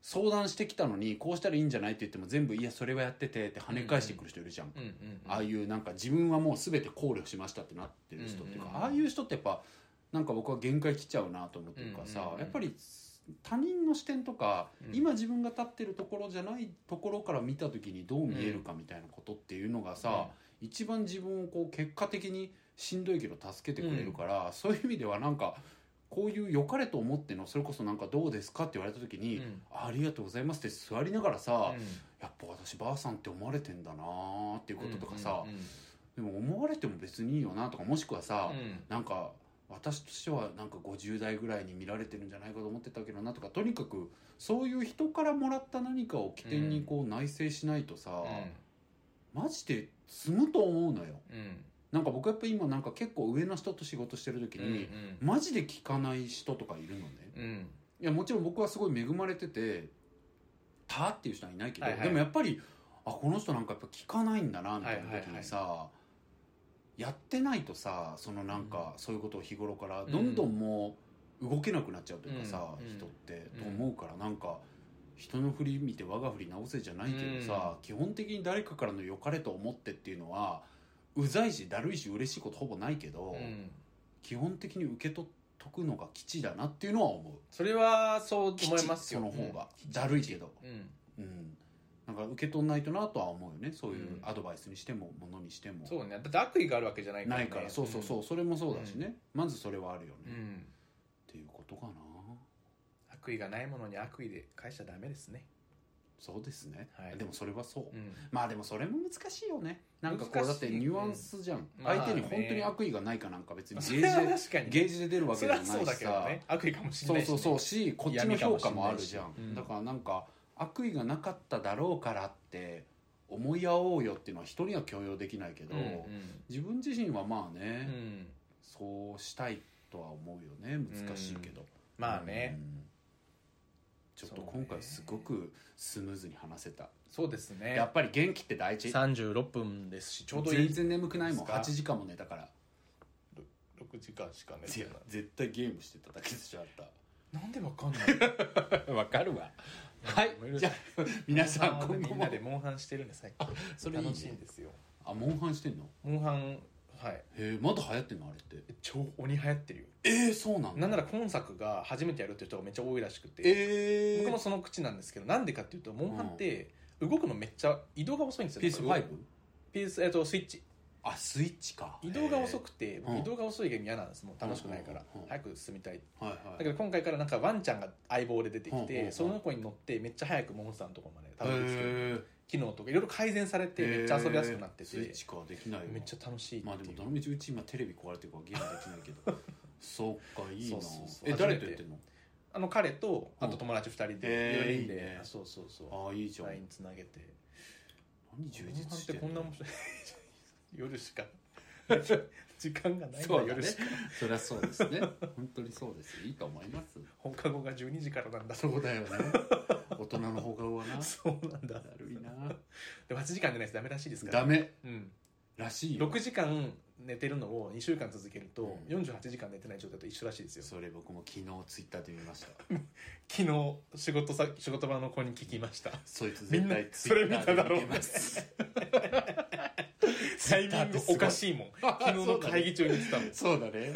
[SPEAKER 2] 相談してきたのにこうしたらいいんじゃないって言っても全部「いやそれはやってて」って跳ね返してくる人いるじゃん、
[SPEAKER 1] うんうんうん
[SPEAKER 2] ああいうなんか自分はもう全て考慮しましたってなってる人っていうか、
[SPEAKER 1] うんうんうん
[SPEAKER 2] ああいう人ってやっぱなんか僕は限界来ちゃうなと思ってるからさ、
[SPEAKER 1] うんうんうん
[SPEAKER 2] やっぱり他人の視点とか、
[SPEAKER 1] うん
[SPEAKER 2] 今自分が立ってるところじゃないところから見た時にどう見えるかみたいなことっていうのがさ、一番自分をこう結果的にしんどいけど助けてくれるから、そういう意味ではなんかこういう良かれと思ってのそれこそなんかどうですかって言われた時に、
[SPEAKER 1] うん
[SPEAKER 2] ありがとうございますって座りながらさ、
[SPEAKER 1] うん
[SPEAKER 2] やっぱ私ばあさんって思われてんだなーっていうこととかさ、
[SPEAKER 1] うん
[SPEAKER 2] でも思われても別にいいよなとかもしくはさ、
[SPEAKER 1] うんうん
[SPEAKER 2] なんか私としてはなんか50代ぐらいに見られてるんじゃないかと思ってたけどなとかとにかくそういう人からもらった何かを起点にこう内省しないとさ、
[SPEAKER 1] うん
[SPEAKER 2] マジで積むと思うのよ
[SPEAKER 1] うん
[SPEAKER 2] なんか僕やっぱ今なんか結構上の人と仕事してる時
[SPEAKER 1] うんう
[SPEAKER 2] に、
[SPEAKER 1] ん
[SPEAKER 2] マジで聞かない人とかいるのね
[SPEAKER 1] うん
[SPEAKER 2] いやもちろん僕はすごい恵まれててたっていう人はいないけど、
[SPEAKER 1] はいはい
[SPEAKER 2] でもやっぱりあこの人なんかやっぱ聞かないんだなみたいな時にさ、やってないとさそのなんかそういうことを日頃からどんどんもう動けなくなっちゃうというかさ、
[SPEAKER 1] うん
[SPEAKER 2] 人って、
[SPEAKER 1] うん
[SPEAKER 2] と思うからなんか人の振り見て我が振り直せじゃないけどさ、基本的に誰かからの良かれと思ってっていうのはうざいしだるいし嬉しいことほぼないけど、
[SPEAKER 1] うん
[SPEAKER 2] 基本的に受け取っとくのが基地だなっていうのは思う。
[SPEAKER 1] それはそう思います
[SPEAKER 2] そ
[SPEAKER 1] よ
[SPEAKER 2] の方が、だるいけど、
[SPEAKER 1] うんう
[SPEAKER 2] う
[SPEAKER 1] ん
[SPEAKER 2] ん、なんか受け取んないとなとは思うよねそういううんアドバイスにしてもものにしても、
[SPEAKER 1] そうねだって悪意があるわけじゃないから、
[SPEAKER 2] な
[SPEAKER 1] ね、
[SPEAKER 2] いからそうそうそう、それもそうだしね、まずそれはあるよね、
[SPEAKER 1] うん、う
[SPEAKER 2] っ
[SPEAKER 1] ん
[SPEAKER 2] ていうことかな
[SPEAKER 1] 悪意がないものに悪意で返しちゃダメですね
[SPEAKER 2] そうですね、
[SPEAKER 1] はい
[SPEAKER 2] でもそれはそう、
[SPEAKER 1] うん
[SPEAKER 2] まあでもそれも難しいよねなんかこう
[SPEAKER 1] 難
[SPEAKER 2] だ
[SPEAKER 1] し
[SPEAKER 2] っ
[SPEAKER 1] い
[SPEAKER 2] てニュアンスじゃん、
[SPEAKER 1] うん
[SPEAKER 2] 相手に
[SPEAKER 1] まあ
[SPEAKER 2] 本
[SPEAKER 1] ね
[SPEAKER 2] 当に悪意がないかなんか別にゲ
[SPEAKER 1] そ
[SPEAKER 2] ージ
[SPEAKER 1] れは
[SPEAKER 2] で
[SPEAKER 1] 確かにね
[SPEAKER 2] ゲージで出るわけ
[SPEAKER 1] そ
[SPEAKER 2] じ
[SPEAKER 1] れ
[SPEAKER 2] ゃな
[SPEAKER 1] はい
[SPEAKER 2] し
[SPEAKER 1] そうだけど
[SPEAKER 2] さ、
[SPEAKER 1] ね悪意かもしれ
[SPEAKER 2] そ
[SPEAKER 1] な
[SPEAKER 2] う
[SPEAKER 1] いし、ね、
[SPEAKER 2] そうそうしこっちの評価もあるじゃん、
[SPEAKER 1] 闇かもしれないしうん
[SPEAKER 2] だからなんか悪意がなかっただろうからって思い合おうよっていうのは人には強要できないけど、
[SPEAKER 1] うん
[SPEAKER 2] 自分自身はまあ
[SPEAKER 1] う
[SPEAKER 2] ね
[SPEAKER 1] ん、うん
[SPEAKER 2] そうしたいとは思うよね難しいけど、
[SPEAKER 1] まあね、
[SPEAKER 2] うんちょっと今回すごくスムーズに話せた、
[SPEAKER 1] そうですね
[SPEAKER 2] やっぱり元気って大事
[SPEAKER 1] 36分ですしちょうどい
[SPEAKER 2] 全
[SPEAKER 1] い
[SPEAKER 2] 然眠くないもん
[SPEAKER 1] ですか
[SPEAKER 2] 8時間も寝たから
[SPEAKER 1] 6時間しかね
[SPEAKER 2] いや絶対ゲームしてただけでしょあった
[SPEAKER 1] なんでわかんない
[SPEAKER 2] わかるわ。 はい
[SPEAKER 1] ごめん。な
[SPEAKER 2] じ
[SPEAKER 1] さ
[SPEAKER 2] ゃ
[SPEAKER 1] い
[SPEAKER 2] あ、皆さん、今
[SPEAKER 1] み
[SPEAKER 2] 後
[SPEAKER 1] んな
[SPEAKER 2] も
[SPEAKER 1] で。モンハンしてるんです最近
[SPEAKER 2] それいいね
[SPEAKER 1] 楽しいんですよ
[SPEAKER 2] あ、モンハンしてんの
[SPEAKER 1] モンハンはい
[SPEAKER 2] へえ、まだ流行ってんのあれって。
[SPEAKER 1] 超鬼流行ってるよ
[SPEAKER 2] ええそうなん
[SPEAKER 1] な
[SPEAKER 2] だ。
[SPEAKER 1] んなら今作が初めてやるっていう人がめっちゃ多いらしくて、
[SPEAKER 2] ええ
[SPEAKER 1] 僕もその口なんですけどなんでかっていうとモンハンって動くのめっちゃ移動が遅いんですよ
[SPEAKER 2] PS5?
[SPEAKER 1] ピース、えっと、スイッチ
[SPEAKER 2] あ、スイッチか。
[SPEAKER 1] 移動が遅くて
[SPEAKER 2] うん
[SPEAKER 1] 僕移動が遅いゲーム嫌なんですもう楽しくないから
[SPEAKER 2] うんうんうん
[SPEAKER 1] 早く進みたい
[SPEAKER 2] へえ。はいはい。
[SPEAKER 1] だけど今回からなんかワンちゃんが相棒で出てき
[SPEAKER 2] うんうんう
[SPEAKER 1] て
[SPEAKER 2] ん
[SPEAKER 1] その子に乗ってめっちゃ早くモンスターのとこまでたどり着ける
[SPEAKER 2] へ
[SPEAKER 1] 機能とかいろいろ改善されて
[SPEAKER 2] え。
[SPEAKER 1] めっちゃ遊びやすくなって
[SPEAKER 2] スイッ
[SPEAKER 1] て
[SPEAKER 2] チか、できないわ
[SPEAKER 1] めっちゃ楽しいって
[SPEAKER 2] まあでも、
[SPEAKER 1] い
[SPEAKER 2] ど
[SPEAKER 1] う
[SPEAKER 2] のみちうち今テレビ壊れてるからゲームできないけ ど。そっか、いいな
[SPEAKER 1] そうそうそ。う
[SPEAKER 2] え、誰とやってんの
[SPEAKER 1] あの彼と
[SPEAKER 2] うん
[SPEAKER 1] あと友達2人で
[SPEAKER 2] へー
[SPEAKER 1] 4人
[SPEAKER 2] いい
[SPEAKER 1] で
[SPEAKER 2] ね
[SPEAKER 1] そうそうそう
[SPEAKER 2] ああ、いいじゃん。
[SPEAKER 1] LINE つなげて
[SPEAKER 2] 何充実して
[SPEAKER 1] モンハンってこんな面
[SPEAKER 2] ん
[SPEAKER 1] 白い夜しか時間がないんだ
[SPEAKER 2] そうだ
[SPEAKER 1] 夜
[SPEAKER 2] ね
[SPEAKER 1] しか。
[SPEAKER 2] そりゃそうですね。本当にそうです。いいと思い ます。
[SPEAKER 1] 放課後が12時からなんだ
[SPEAKER 2] そうだよね。大人の放課後はな。
[SPEAKER 1] そうなん だ
[SPEAKER 2] だるいな。
[SPEAKER 1] でも8時間寝ないとダメらしいですから
[SPEAKER 2] ダメ
[SPEAKER 1] うん
[SPEAKER 2] らしいよ。
[SPEAKER 1] 6時間寝てるのを2週間続けると
[SPEAKER 2] うん
[SPEAKER 1] 48時間寝てない状態と一緒らしいですよ
[SPEAKER 2] それ僕も昨日ツイッターで見ました。
[SPEAKER 1] 昨日仕事さ仕事場の子に聞きました
[SPEAKER 2] そいつ
[SPEAKER 1] み
[SPEAKER 2] 絶
[SPEAKER 1] んな
[SPEAKER 2] 対ツイ
[SPEAKER 1] それ
[SPEAKER 2] ッタ
[SPEAKER 1] 見ただ
[SPEAKER 2] ーで
[SPEAKER 1] ろう
[SPEAKER 2] 見てます。
[SPEAKER 1] タイミングおかしいもん 昨日の会議中に言ってたもん
[SPEAKER 2] そうだね。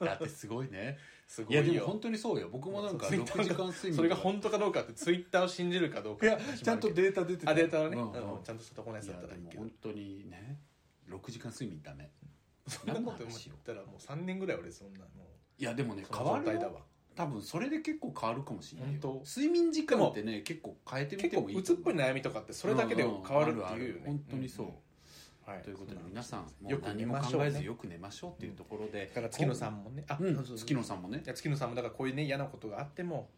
[SPEAKER 2] だってすごいね。
[SPEAKER 1] すご
[SPEAKER 2] いや
[SPEAKER 1] い
[SPEAKER 2] でも
[SPEAKER 1] よ
[SPEAKER 2] 本当にそうよ。僕もなんか
[SPEAKER 1] ツイ
[SPEAKER 2] 6
[SPEAKER 1] ッターが
[SPEAKER 2] 時間睡眠
[SPEAKER 1] それが本当かどうかってツイッターを信じるかどう
[SPEAKER 2] い
[SPEAKER 1] か
[SPEAKER 2] や、ちゃんとデータ出て
[SPEAKER 1] あデータはね、
[SPEAKER 2] う
[SPEAKER 1] うんん
[SPEAKER 2] うん
[SPEAKER 1] ちゃんとしたとこのやつ
[SPEAKER 2] い
[SPEAKER 1] だ
[SPEAKER 2] や
[SPEAKER 1] っ
[SPEAKER 2] で
[SPEAKER 1] たらいい
[SPEAKER 2] も
[SPEAKER 1] けど
[SPEAKER 2] 本当にね、6時間睡眠ダメ。
[SPEAKER 1] そんなこと思ったらもう3年ぐらい俺そんなもう
[SPEAKER 2] いやでもね、
[SPEAKER 1] そ
[SPEAKER 2] 変
[SPEAKER 1] の
[SPEAKER 2] わ
[SPEAKER 1] 状
[SPEAKER 2] る
[SPEAKER 1] 態だ
[SPEAKER 2] よ。
[SPEAKER 1] わ
[SPEAKER 2] 多分それで結構変わるかもしれないよ。
[SPEAKER 1] 本当
[SPEAKER 2] 睡眠時間ってね、結構変えてみ
[SPEAKER 1] 結
[SPEAKER 2] て
[SPEAKER 1] 構
[SPEAKER 2] もいいうと
[SPEAKER 1] つっ
[SPEAKER 2] 思う。
[SPEAKER 1] ぽい悩みとかってそれだけで変わるっていうよね
[SPEAKER 2] んんあるある本当にそう。
[SPEAKER 1] んんはい
[SPEAKER 2] ということで皆さんも
[SPEAKER 1] よ
[SPEAKER 2] う
[SPEAKER 1] く
[SPEAKER 2] 何
[SPEAKER 1] 寝
[SPEAKER 2] も
[SPEAKER 1] ましょ
[SPEAKER 2] 考
[SPEAKER 1] う
[SPEAKER 2] え
[SPEAKER 1] ね
[SPEAKER 2] ずよく寝ましょうっていうところで
[SPEAKER 1] だから月野さんもねあ
[SPEAKER 2] うん
[SPEAKER 1] そうそう
[SPEAKER 2] 月野さんもね
[SPEAKER 1] いや月野さんもだからこういうね嫌なことがあっても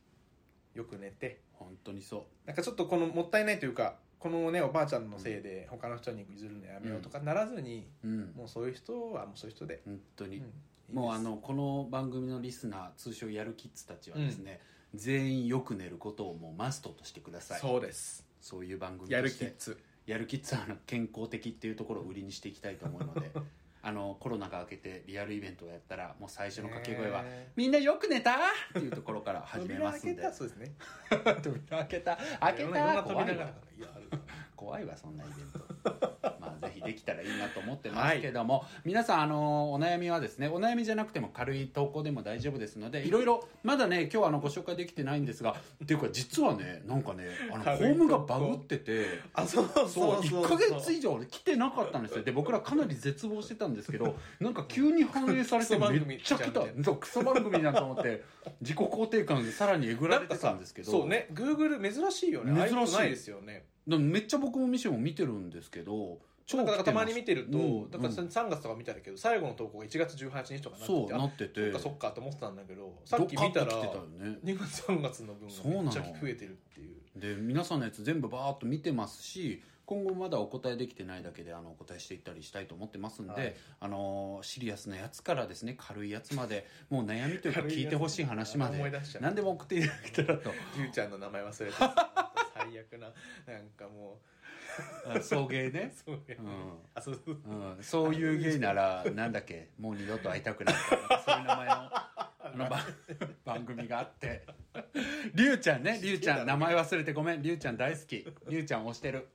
[SPEAKER 1] よく寝て
[SPEAKER 2] 本当にそ
[SPEAKER 1] なんかちょっとこのもったいないというかこのねおばあちゃんのせいで他の人に譲るのやめようとかならずに、
[SPEAKER 2] ううん
[SPEAKER 1] もうそういう人はもうそういう人で、
[SPEAKER 2] 本当
[SPEAKER 1] うん
[SPEAKER 2] に、
[SPEAKER 1] いいです
[SPEAKER 2] もうあのこの番組のリスナー通称やるキッズたちはですね、全員よく寝ることをもうマストとしてください
[SPEAKER 1] そうです
[SPEAKER 2] そういう番組
[SPEAKER 1] や
[SPEAKER 2] と
[SPEAKER 1] る
[SPEAKER 2] し
[SPEAKER 1] キッ
[SPEAKER 2] て
[SPEAKER 1] ズ
[SPEAKER 2] やるキッズはあの健康的っていうところを売りにしていきたいと思うの であのコロナが明けてリアルイベントをやったらもう最初の掛け声は
[SPEAKER 1] ね
[SPEAKER 2] 「みんなよく寝た!」っていうところから始め
[SPEAKER 1] 扉
[SPEAKER 2] ま
[SPEAKER 1] 開
[SPEAKER 2] すん
[SPEAKER 1] け
[SPEAKER 2] で
[SPEAKER 1] たそうですね
[SPEAKER 2] 扉開けた開け
[SPEAKER 1] いろんないろ
[SPEAKER 2] た
[SPEAKER 1] んな扉
[SPEAKER 2] 怖い
[SPEAKER 1] が
[SPEAKER 2] わ
[SPEAKER 1] いやあるから
[SPEAKER 2] 怖いわそんなイベント まあぜひできたらいいなと思ってますけども、皆さんあのお悩みはですねお悩みじゃなくても軽い投稿でも大丈夫ですの でいろいろまだね今日はあのご紹介できてないんですがっていうか実はねなんかねあのフォ
[SPEAKER 1] 軽い
[SPEAKER 2] ー
[SPEAKER 1] 投稿
[SPEAKER 2] ムがバグってて
[SPEAKER 1] あそうそう
[SPEAKER 2] そう
[SPEAKER 1] そう
[SPEAKER 2] 1か月以上俺来てなかったんですよで僕らかなり絶望してたんですけどなんか急に反映されて
[SPEAKER 1] クソ番組
[SPEAKER 2] めっちゃ来た
[SPEAKER 1] じゃんみたい
[SPEAKER 2] そうクソ番組だと思って自己肯定感さらにえぐられてたんですけど
[SPEAKER 1] そうね Google 珍しいよね
[SPEAKER 2] 珍しい
[SPEAKER 1] ああうのないですよね
[SPEAKER 2] でもめっちゃ僕もミシェルも見てるんですけど超
[SPEAKER 1] なんか
[SPEAKER 2] 来て
[SPEAKER 1] たま
[SPEAKER 2] ます
[SPEAKER 1] に見てると、
[SPEAKER 2] うん
[SPEAKER 1] だから
[SPEAKER 2] うん
[SPEAKER 1] 3月とか見たけど最後の投稿が1月18日とかになって
[SPEAKER 2] そう
[SPEAKER 1] て
[SPEAKER 2] な
[SPEAKER 1] あ
[SPEAKER 2] って
[SPEAKER 1] そ
[SPEAKER 2] て
[SPEAKER 1] っかそっかと思ってたんだけどさっき見た
[SPEAKER 2] ド
[SPEAKER 1] ら
[SPEAKER 2] カッと来て
[SPEAKER 1] 2
[SPEAKER 2] たよね
[SPEAKER 1] 月3月の分がめっちゃ増えてるっていう
[SPEAKER 2] で皆さんのやつ全部バーッと見てますし今後まだお答えできてないだけであのお答えしていったりしたいと思ってますんで、
[SPEAKER 1] はい
[SPEAKER 2] あのシリアスなやつからですね軽いやつまでもう悩みというか
[SPEAKER 1] 軽いやつ
[SPEAKER 2] 聞いてほしい話ま
[SPEAKER 1] 思い
[SPEAKER 2] で
[SPEAKER 1] 出しちゃう
[SPEAKER 2] 何でも送っていただけたらと
[SPEAKER 1] ゆうちゃんの名前忘れてた最悪ななんか も
[SPEAKER 2] あ送迎
[SPEAKER 1] う
[SPEAKER 2] ね、
[SPEAKER 1] そうや、
[SPEAKER 2] うん
[SPEAKER 1] あそうそう
[SPEAKER 2] うん、そういう芸ならなんだっけもう二度と会いたくないからそういう名前のあ の番番組があってりゅうちゃんねりゅうちゃん名前忘れてごめんりゅうちゃん大好きりゅうちゃん推してる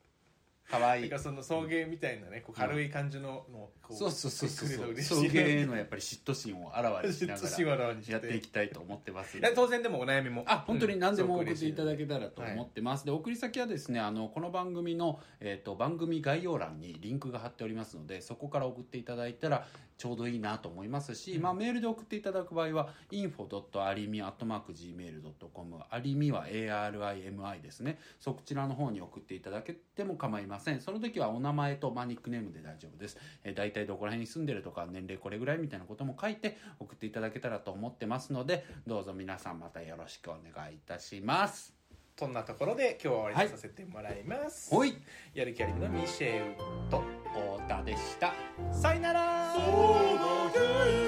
[SPEAKER 2] かわい
[SPEAKER 1] なん
[SPEAKER 2] い
[SPEAKER 1] かその送迎みたいなねこう軽い感じののこ
[SPEAKER 2] そうそうそうそう
[SPEAKER 1] くれる
[SPEAKER 2] そ
[SPEAKER 1] と
[SPEAKER 2] う
[SPEAKER 1] 嬉し
[SPEAKER 2] 送
[SPEAKER 1] い
[SPEAKER 2] 迎 へのやっぱり嫉妬心をあらわにしな
[SPEAKER 1] 嫉妬心をあ
[SPEAKER 2] が
[SPEAKER 1] らわ
[SPEAKER 2] ら
[SPEAKER 1] にして
[SPEAKER 2] やっていきたいと思ってます
[SPEAKER 1] いや当然でもお悩みも
[SPEAKER 2] あ本当に何でも送っていただ
[SPEAKER 1] け
[SPEAKER 2] けたらと思ってます、で送り先はですねあのこの番組の、えー、と番組概要欄にリンクが貼っておりますのでそこから送っていただいたらちょうどいいなと思いますし、
[SPEAKER 1] うん
[SPEAKER 2] まあ、メールで送っていただく場合は info.arimi.gmail.com ありみは arimi ですねそちらの方に送っていただけても構いませんその時はお名前と、まあ、ニックネームで大丈夫です、えー、大体どこら辺に住んでるとか年齢これぐらいみたいなことも書いて送っていただけたらと思ってますのでどうぞ皆さんまたよろしくお願いいたします
[SPEAKER 1] そんなところで今日は終わりにさせてもらいます、
[SPEAKER 2] ほい
[SPEAKER 1] やる気ありみのミシェウと
[SPEAKER 2] 太田でした
[SPEAKER 1] さよなら
[SPEAKER 2] そうだけ